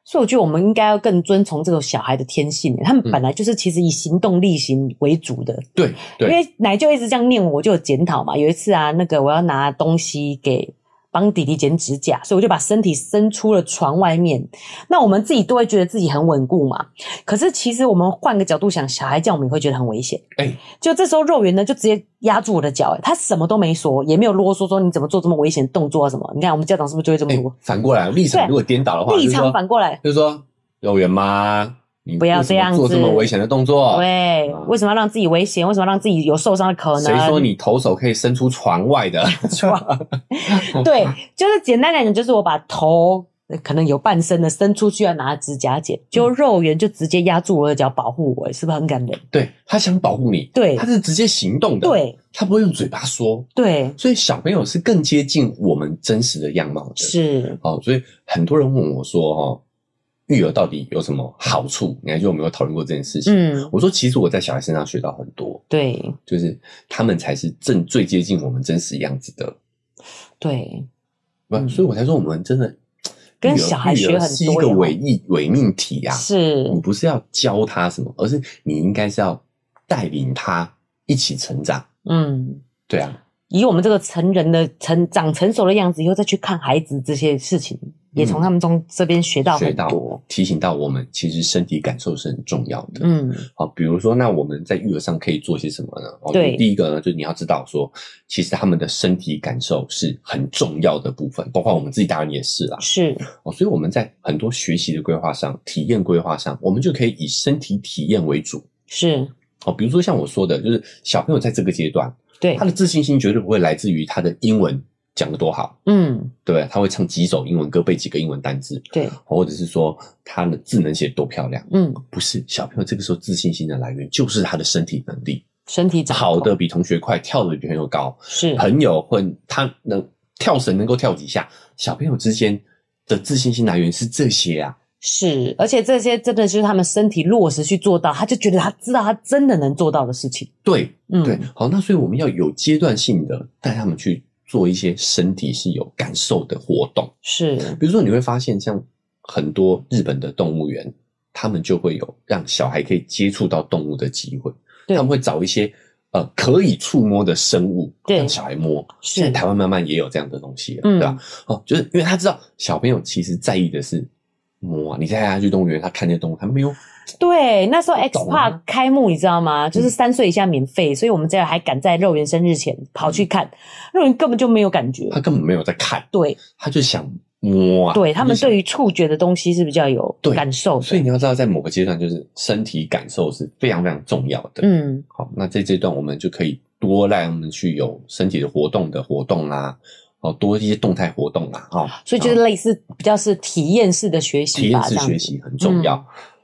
[SPEAKER 1] 所以我觉得我们应该要更遵从这种小孩的天性，他们
[SPEAKER 2] 嗯
[SPEAKER 1] 本来就是其实以行动力行为主的，
[SPEAKER 2] 对对，
[SPEAKER 1] 因为奶就一直这样念我，我就有检讨嘛。有一次啊，那个我要拿东西给帮弟弟剪指甲，所以我就把身体伸出了床外面。那我们自己都会觉得自己很稳固嘛，可是其实我们换个角度想，小孩这样我们也会觉得很危险。
[SPEAKER 2] 哎、
[SPEAKER 1] 就这时候肉圆呢，就直接压住我的脚、哎他什么都没说，也没有啰嗦说你怎么做这么危险的动作啊什么。你看我们家长是不是就会这么
[SPEAKER 2] 哎、
[SPEAKER 1] 说？
[SPEAKER 2] 反过来立
[SPEAKER 1] 对啊
[SPEAKER 2] 场如果颠倒的话，
[SPEAKER 1] 立
[SPEAKER 2] 就是
[SPEAKER 1] 场
[SPEAKER 2] 说
[SPEAKER 1] 反过来，
[SPEAKER 2] 就是说幼园妈，你
[SPEAKER 1] 不要
[SPEAKER 2] 为什
[SPEAKER 1] 这
[SPEAKER 2] 么
[SPEAKER 1] 样
[SPEAKER 2] 做
[SPEAKER 1] 子
[SPEAKER 2] 这么危险的动作。
[SPEAKER 1] 对，
[SPEAKER 2] 啊
[SPEAKER 1] 为什么要让自己危险？为什么要让自己有受伤的可能？
[SPEAKER 2] 谁说你投手可以伸出床外的？
[SPEAKER 1] 对，就是简单来讲，就是我把头呃可能有半身的伸出去要拿指甲
[SPEAKER 2] 嗯
[SPEAKER 1] 剪，就肉圆就直接压住我的脚保护我，是不是很感人？
[SPEAKER 2] 对他想保护你，
[SPEAKER 1] 对
[SPEAKER 2] 他是直接行动的，，
[SPEAKER 1] 对
[SPEAKER 2] 他不会用嘴巴说，
[SPEAKER 1] 对，
[SPEAKER 2] 所以小朋友是更接近我们真实的样貌的。，
[SPEAKER 1] 是，
[SPEAKER 2] 哦，所以很多人问我说，哦，育儿到底有什么好处？你还记得我们有讨论过这件事情？
[SPEAKER 1] 嗯，
[SPEAKER 2] 我说，其实我在小孩身上学到很多，
[SPEAKER 1] 对
[SPEAKER 2] 就是他们才是正最接近我们真实样子的
[SPEAKER 1] 对，
[SPEAKER 2] 不，
[SPEAKER 1] 嗯
[SPEAKER 2] 所以我才说我们真的
[SPEAKER 1] 跟
[SPEAKER 2] 育儿
[SPEAKER 1] 小孩
[SPEAKER 2] 育儿
[SPEAKER 1] 学很
[SPEAKER 2] 是一
[SPEAKER 1] 多
[SPEAKER 2] 个
[SPEAKER 1] 耶哦
[SPEAKER 2] 伪艺伪命题呀、
[SPEAKER 1] 是
[SPEAKER 2] 你不是要教他什么，而是你应该是要带领他一起成长。
[SPEAKER 1] 嗯。
[SPEAKER 2] 对啊，
[SPEAKER 1] 以我们这个成人的成长成熟的样子，以后再去看孩子这些事情，也从他们中这边学到
[SPEAKER 2] 学
[SPEAKER 1] 很
[SPEAKER 2] 到
[SPEAKER 1] 多。
[SPEAKER 2] 提醒到我们，其实身体感受是很重要的。
[SPEAKER 1] 嗯，
[SPEAKER 2] 好，比如说，那我们在育儿上可以做些什么呢？哦，
[SPEAKER 1] 对
[SPEAKER 2] 就是第一个呢，就是你要知道说，其实他们的身体感受是很重要的部分，包括我们自己大人也是啦。
[SPEAKER 1] 是，
[SPEAKER 2] 哦，所以我们在很多学习的规划上、体验规划上，我们就可以以身体体验为主。
[SPEAKER 1] 是，
[SPEAKER 2] 哦，比如说像我说的，就是小朋友在这个阶段，
[SPEAKER 1] 对
[SPEAKER 2] 他，的自信心绝对不会来自于他的英文讲得多好，
[SPEAKER 1] 嗯，
[SPEAKER 2] 对不对？他会唱几首英文歌，背几个英文单字，
[SPEAKER 1] 对，
[SPEAKER 2] 或者是说他的字能写多漂亮。
[SPEAKER 1] 嗯，
[SPEAKER 2] 不是小朋友这个时候自信心的来源就是他的身体能力，
[SPEAKER 1] 身体掌控
[SPEAKER 2] 跑的比同学快，跳的比朋友高，
[SPEAKER 1] 是
[SPEAKER 2] 朋友混他能跳绳能够跳几下，小朋友之间的自信心来源是这些啊。
[SPEAKER 1] 是，而且这些真的是他们身体落实去做到，他就觉得他知道他真的能做到的事情。
[SPEAKER 2] 对
[SPEAKER 1] 嗯，
[SPEAKER 2] 对，好，那所以我们要有阶段性的带他们去做一些身体是有感受的活动。
[SPEAKER 1] 是，
[SPEAKER 2] 比如说你会发现，像很多日本的动物园，他们就会有让小孩可以接触到动物的机会，
[SPEAKER 1] 对
[SPEAKER 2] 他们会找一些呃可以触摸的生物
[SPEAKER 1] 对
[SPEAKER 2] 让小孩摸。
[SPEAKER 1] 是
[SPEAKER 2] 现在台湾慢慢也有这样的东西了，
[SPEAKER 1] 嗯
[SPEAKER 2] 对吧？哦，就是因为他知道小朋友其实在意的是摸啊。你带他去动物园，他看见动物，他没有
[SPEAKER 1] 对，那时候 X
[SPEAKER 2] 懂
[SPEAKER 1] Park
[SPEAKER 2] 啊嗯
[SPEAKER 1] 开幕，你知道吗？就是三岁以下免费，所以我们这还赶在肉圆生日前跑
[SPEAKER 2] 嗯
[SPEAKER 1] 去看，肉圆根本就没有感觉。
[SPEAKER 2] 他根本没有在看，
[SPEAKER 1] 对
[SPEAKER 2] 他就想摸啊。
[SPEAKER 1] 对，他们
[SPEAKER 2] 就想
[SPEAKER 1] 对于触觉的东西是比较有
[SPEAKER 2] 对
[SPEAKER 1] 感受
[SPEAKER 2] 所以
[SPEAKER 1] 的。
[SPEAKER 2] 你要知道，在某个阶段，就是身体感受是非常非常重要的。
[SPEAKER 1] 嗯，
[SPEAKER 2] 好，那在这段我们就可以多让我们去有身体的活动的活动啦，哦，多一些动态活动啦，哦，
[SPEAKER 1] 所以就是类似比较是体验式的学
[SPEAKER 2] 体
[SPEAKER 1] 习吧，这
[SPEAKER 2] 验式
[SPEAKER 1] 样
[SPEAKER 2] 学
[SPEAKER 1] 子。嗯
[SPEAKER 2] 习很重要、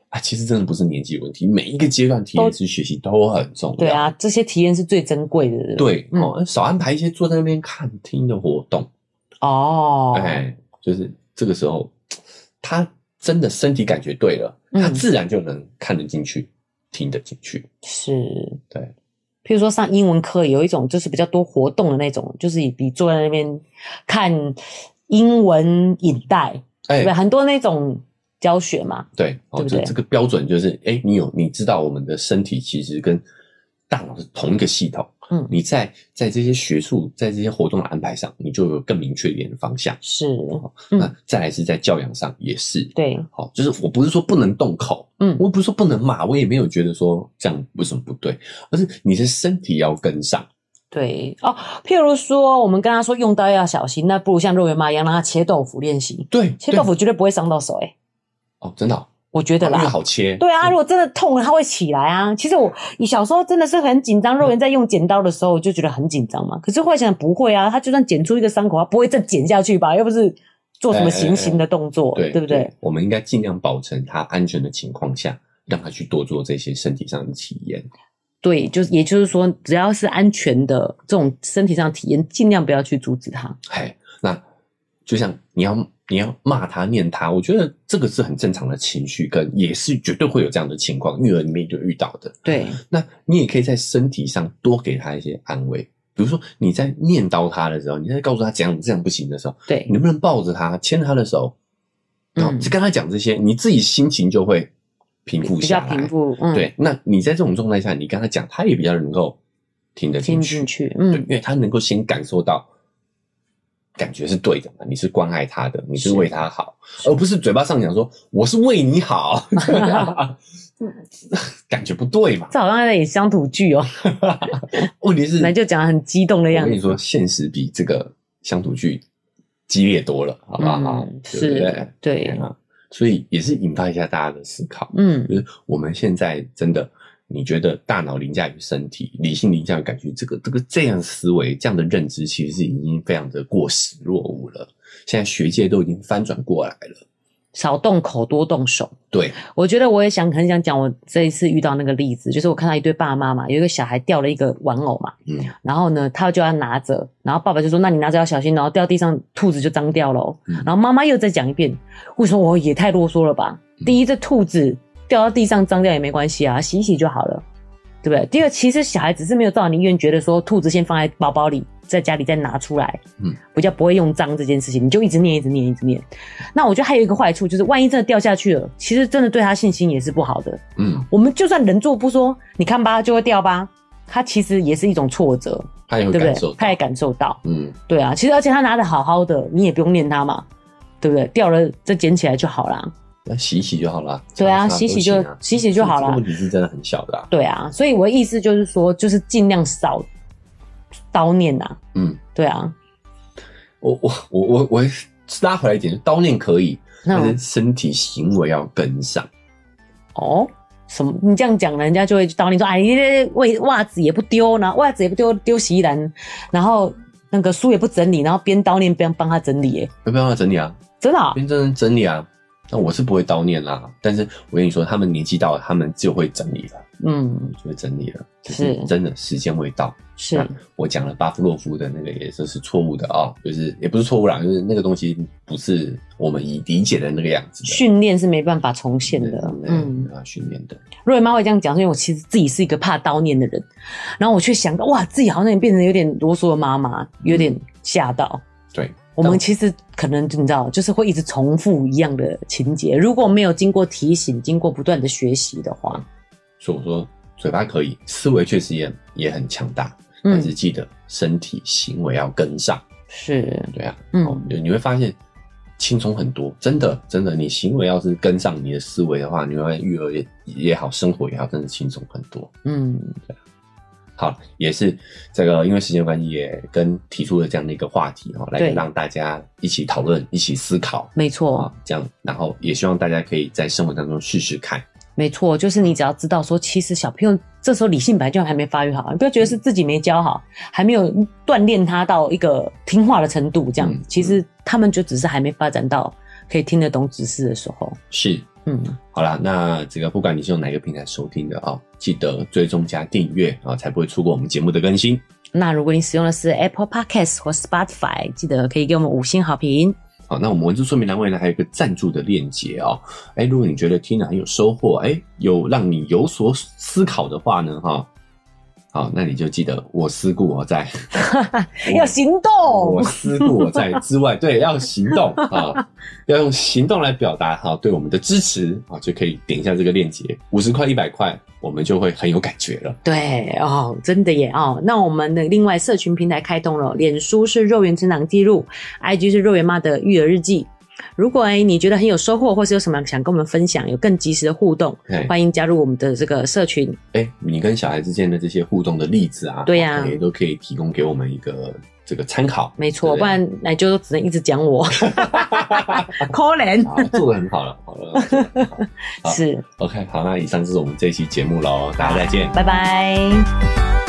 [SPEAKER 2] 啊。其实真的不是年纪问题，每一个阶段体验式学习都很重要。
[SPEAKER 1] 对啊，这些体验是最珍贵的。不，
[SPEAKER 2] 对，
[SPEAKER 1] 嗯
[SPEAKER 2] 哦，少安排一些坐在那边看听的活动，
[SPEAKER 1] 哦，
[SPEAKER 2] 哎，就是这个时候，他真的身体感觉对了，
[SPEAKER 1] 嗯
[SPEAKER 2] 他自然就能看得进去，听得进去。
[SPEAKER 1] 是，
[SPEAKER 2] 对。
[SPEAKER 1] 譬如说上英文课有一种就是比较多活动的那种，就是你坐在那边看英文影带，
[SPEAKER 2] 哎
[SPEAKER 1] 对，很多那种教学嘛。
[SPEAKER 2] 对，哦，
[SPEAKER 1] 对不
[SPEAKER 2] 这
[SPEAKER 1] 对
[SPEAKER 2] 这个标准就是，哎，你有你知道我们的身体其实跟大脑是同一个系统，
[SPEAKER 1] 嗯
[SPEAKER 2] 你在在这些学术在这些活动的安排上，你就有更明确一点的方向。
[SPEAKER 1] 是，
[SPEAKER 2] 哦
[SPEAKER 1] 嗯
[SPEAKER 2] 那再来是在教养上也是，
[SPEAKER 1] 对，
[SPEAKER 2] 好、就是我不是说不能动口，
[SPEAKER 1] 嗯
[SPEAKER 2] 我不是说不能骂，我也没有觉得说这样为什么不对，而是你的身体要跟上，
[SPEAKER 1] 对哦。譬如说，我们跟他说用刀要小心，那不如像肉圆妈一样让他切豆腐练习，
[SPEAKER 2] 对，
[SPEAKER 1] 切
[SPEAKER 2] 对
[SPEAKER 1] 豆腐绝对不会伤到手、欸，
[SPEAKER 2] 哦，真的、哦，
[SPEAKER 1] 我觉得
[SPEAKER 2] 因为
[SPEAKER 1] 啦。
[SPEAKER 2] 好切，嗯
[SPEAKER 1] 对啊，如果真的痛了，它会起来啊。其实我你小时候真的是很紧张，肉圆在用剪刀的时候，我就觉得很紧张嘛。可是后来想想不会啊，他就算剪出一个伤口，他不会再剪下去吧？又不是做什么行刑的动作，
[SPEAKER 2] 哎对，
[SPEAKER 1] 对不对？？
[SPEAKER 2] 我们应该尽量保证他安全的情况下，让他去多做这些身体上的体验。
[SPEAKER 1] 对，就是也就是说，只要是安全的这种身体上的体验，尽量不要去阻止它。
[SPEAKER 2] 哎，那就像你要你要骂他念他，我觉得这个是很正常的情绪，跟也是绝对会有这样的情况，育儿里面就遇到的。
[SPEAKER 1] 对，
[SPEAKER 2] 那你也可以在身体上多给他一些安慰，比如说你在念叨他的时候，你在告诉他怎样这样不行的时候，
[SPEAKER 1] 对
[SPEAKER 2] 你，能不能抱着他，牵着他的手，然后
[SPEAKER 1] 嗯
[SPEAKER 2] 就跟他讲这些，你自己心情就会平复
[SPEAKER 1] 比较
[SPEAKER 2] 下来。
[SPEAKER 1] 平复，嗯，，
[SPEAKER 2] 对，那你在这种状态下，你跟他讲，他也比较能够听得
[SPEAKER 1] 听进
[SPEAKER 2] 进去。
[SPEAKER 1] 去，
[SPEAKER 2] 对，
[SPEAKER 1] 嗯
[SPEAKER 2] 因，为他能够先感受到感觉是对的嘛，你是关爱他的，你是为他好，而不是嘴巴上讲说我是为 你好，感觉不对嘛。
[SPEAKER 1] 这好像在演乡土剧哦，
[SPEAKER 2] 问题是，
[SPEAKER 1] 那就讲得很激动的
[SPEAKER 2] 我
[SPEAKER 1] 样
[SPEAKER 2] 跟你
[SPEAKER 1] 子。
[SPEAKER 2] 说，现实比这个乡土剧激烈多了，好不好？
[SPEAKER 1] 嗯
[SPEAKER 2] 对不对
[SPEAKER 1] 是？对
[SPEAKER 2] 啊，所以也是引发一下大家的思考。
[SPEAKER 1] 嗯，
[SPEAKER 2] 就是我们现在真的，你觉得大脑凌驾于身体，理性凌驾于感觉，这个这个这样思维、这样的认知，其实是已经非常的过时落伍了。现在学界都已经翻转过来了，
[SPEAKER 1] 少动口，多动手。
[SPEAKER 2] 对，
[SPEAKER 1] 我觉得我也想很想讲，我这一次遇到那个例子，就是我看到一对爸妈嘛，有一个小孩掉了一个玩偶嘛，
[SPEAKER 2] 嗯
[SPEAKER 1] 然后呢，他就要拿着，然后爸爸就说：“那你拿着要小心，然后掉地上，兔子就脏掉了哦、
[SPEAKER 2] 嗯
[SPEAKER 1] 然后妈妈又再讲一遍，为什么我也太啰嗦了吧？第一，这兔子掉到地上脏掉也没关系啊，洗一洗就好了，对不对？第二，其实小孩只是没有照你意愿，觉得说兔子先放在包包里，在家里再拿出来，
[SPEAKER 2] 嗯
[SPEAKER 1] 嗯，比较不会用脏这件事情，你就一直念，一直念，一直念。那我觉得还有一个坏处就是，万一真的掉下去了，其实真的对他信心也是不好的。
[SPEAKER 2] 嗯，
[SPEAKER 1] 我们就算人做不说，你看吧，就会掉吧，它其实也是一种挫折，
[SPEAKER 2] 他也会
[SPEAKER 1] 对不
[SPEAKER 2] 感受
[SPEAKER 1] 对？
[SPEAKER 2] 到，
[SPEAKER 1] 他也感受到，
[SPEAKER 2] 嗯，
[SPEAKER 1] 对啊。其实而且他拿的好好的，你也不用念他嘛，对不对？掉了再捡起来就好啦。
[SPEAKER 2] 那洗一洗就好了。
[SPEAKER 1] 对啊
[SPEAKER 2] 常常
[SPEAKER 1] 洗一洗
[SPEAKER 2] 都行
[SPEAKER 1] 就
[SPEAKER 2] 啊
[SPEAKER 1] 洗一洗就好啦
[SPEAKER 2] 这个问题是真的很小的、啊，
[SPEAKER 1] 对啊，所以我的意思就是说，就是尽量少叨念呐、啊，
[SPEAKER 2] 嗯，
[SPEAKER 1] 对啊，
[SPEAKER 2] 我我我我我拉回来一点，刀念可以，
[SPEAKER 1] 那
[SPEAKER 2] 但
[SPEAKER 1] 种
[SPEAKER 2] 是身体行为要跟上。
[SPEAKER 1] 哦。什么？你这样讲，人家就会叨念说：“哎，你这袜袜子也不丢，然后袜子也不丢，丢洗衣篮，然后那个书也不整理，然后边叨念边帮他整理。”哎，
[SPEAKER 2] 有没有办法整理啊？
[SPEAKER 1] 真的啊、
[SPEAKER 2] 边真的整理啊。那我是不会叨念啦，但是我跟你说，他们年纪到了，他们就会整理了，
[SPEAKER 1] 嗯，
[SPEAKER 2] 就会整理了，就是是真的时间未到。
[SPEAKER 1] 是
[SPEAKER 2] 那我讲了巴甫洛夫的那个也就是错误的啊、就是也不是错误啦，就是那个东西不是我们以理解的那个样子的。
[SPEAKER 1] 训练是没办法重现
[SPEAKER 2] 对
[SPEAKER 1] 的。
[SPEAKER 2] 嗯
[SPEAKER 1] 嗯，，
[SPEAKER 2] 啊，训练的，
[SPEAKER 1] 若瑞妈会这样讲，是因为我其实自己是一个怕叨念的人，然后我却想到，哇，自己好像也变成有点啰嗦的妈妈，有点吓到。
[SPEAKER 2] 对，
[SPEAKER 1] 我们其实可能你知道，就是会一直重复一样的情节，如果没有经过提醒、经过不断的学习的话，
[SPEAKER 2] 所以我说嘴巴可以，思维确实也也很强大，但
[SPEAKER 1] 嗯
[SPEAKER 2] 是，记得身体行为要跟上。
[SPEAKER 1] 是，
[SPEAKER 2] 对啊，
[SPEAKER 1] 嗯
[SPEAKER 2] 哦，你你会发现，轻松很多，真的真的，你行为要是跟上你的思维的话，你会育儿也也好，生活也好，真的轻松很多。
[SPEAKER 1] 嗯，
[SPEAKER 2] 好，也是这个，因为时间关系，也跟提出了这样的一个话题哈、哦，来
[SPEAKER 1] 对
[SPEAKER 2] 让大家一起讨论，一起思考
[SPEAKER 1] 没
[SPEAKER 2] 啊、
[SPEAKER 1] 错，
[SPEAKER 2] 这样，然后也希望大家可以在生活当中试试看。
[SPEAKER 1] 没错，就是你只要知道说，其实小朋友这时候理性本来就还没发育好，你不要觉得是自己没教好，还没有锻炼他到一个听话的程度，这样、
[SPEAKER 2] 嗯
[SPEAKER 1] 其实他们就只是还没发展到可以听得懂指示的时候。
[SPEAKER 2] 是，
[SPEAKER 1] 嗯，
[SPEAKER 2] 好啦，那这个不管你是用哪个平台收听的啊、记得追踪加订阅啊、才不会错过我们节目的更新。
[SPEAKER 1] 那如果你使用的是 Apple Podcast 或 Spotify，记得可以给我们五星好评。
[SPEAKER 2] 好，哦那我们文字说明栏位呢，还有一个赞助的链接哦。哎，如果你觉得听了很有收获，哎，有让你有所思考的话呢，哈、好，那你就记得我思故 我在，
[SPEAKER 1] 要行动
[SPEAKER 2] 我，思故我在之外，对，要行动啊，要用行动来表达哈、对我们的支持啊，就可以点一下这个链接，五十块、一百块，我们就会很有感觉了。
[SPEAKER 1] 对哦，真的耶哦。那我们的另外社群平台开通了，脸书是肉圆成长记录，IG 是肉圆妈的育儿日记。如果哎你觉得很有收获，或是有什么想跟我们分享，有更及时的互动，
[SPEAKER 2] 哎，
[SPEAKER 1] 欢迎加入我们的这个社群。
[SPEAKER 2] 哎，你跟小孩之间的这些互动的例子啊，
[SPEAKER 1] 对呀
[SPEAKER 2] 也都可以提供给我们一个这个参考。
[SPEAKER 1] 没错，
[SPEAKER 2] 对
[SPEAKER 1] 不然奶就只能一直讲 我， 可怜
[SPEAKER 2] 啊，做的很好了，好了做得很好好
[SPEAKER 1] 是，
[SPEAKER 2] ，OK，好，那以上就是我们这一期节目喽，大家再见。
[SPEAKER 1] 拜拜。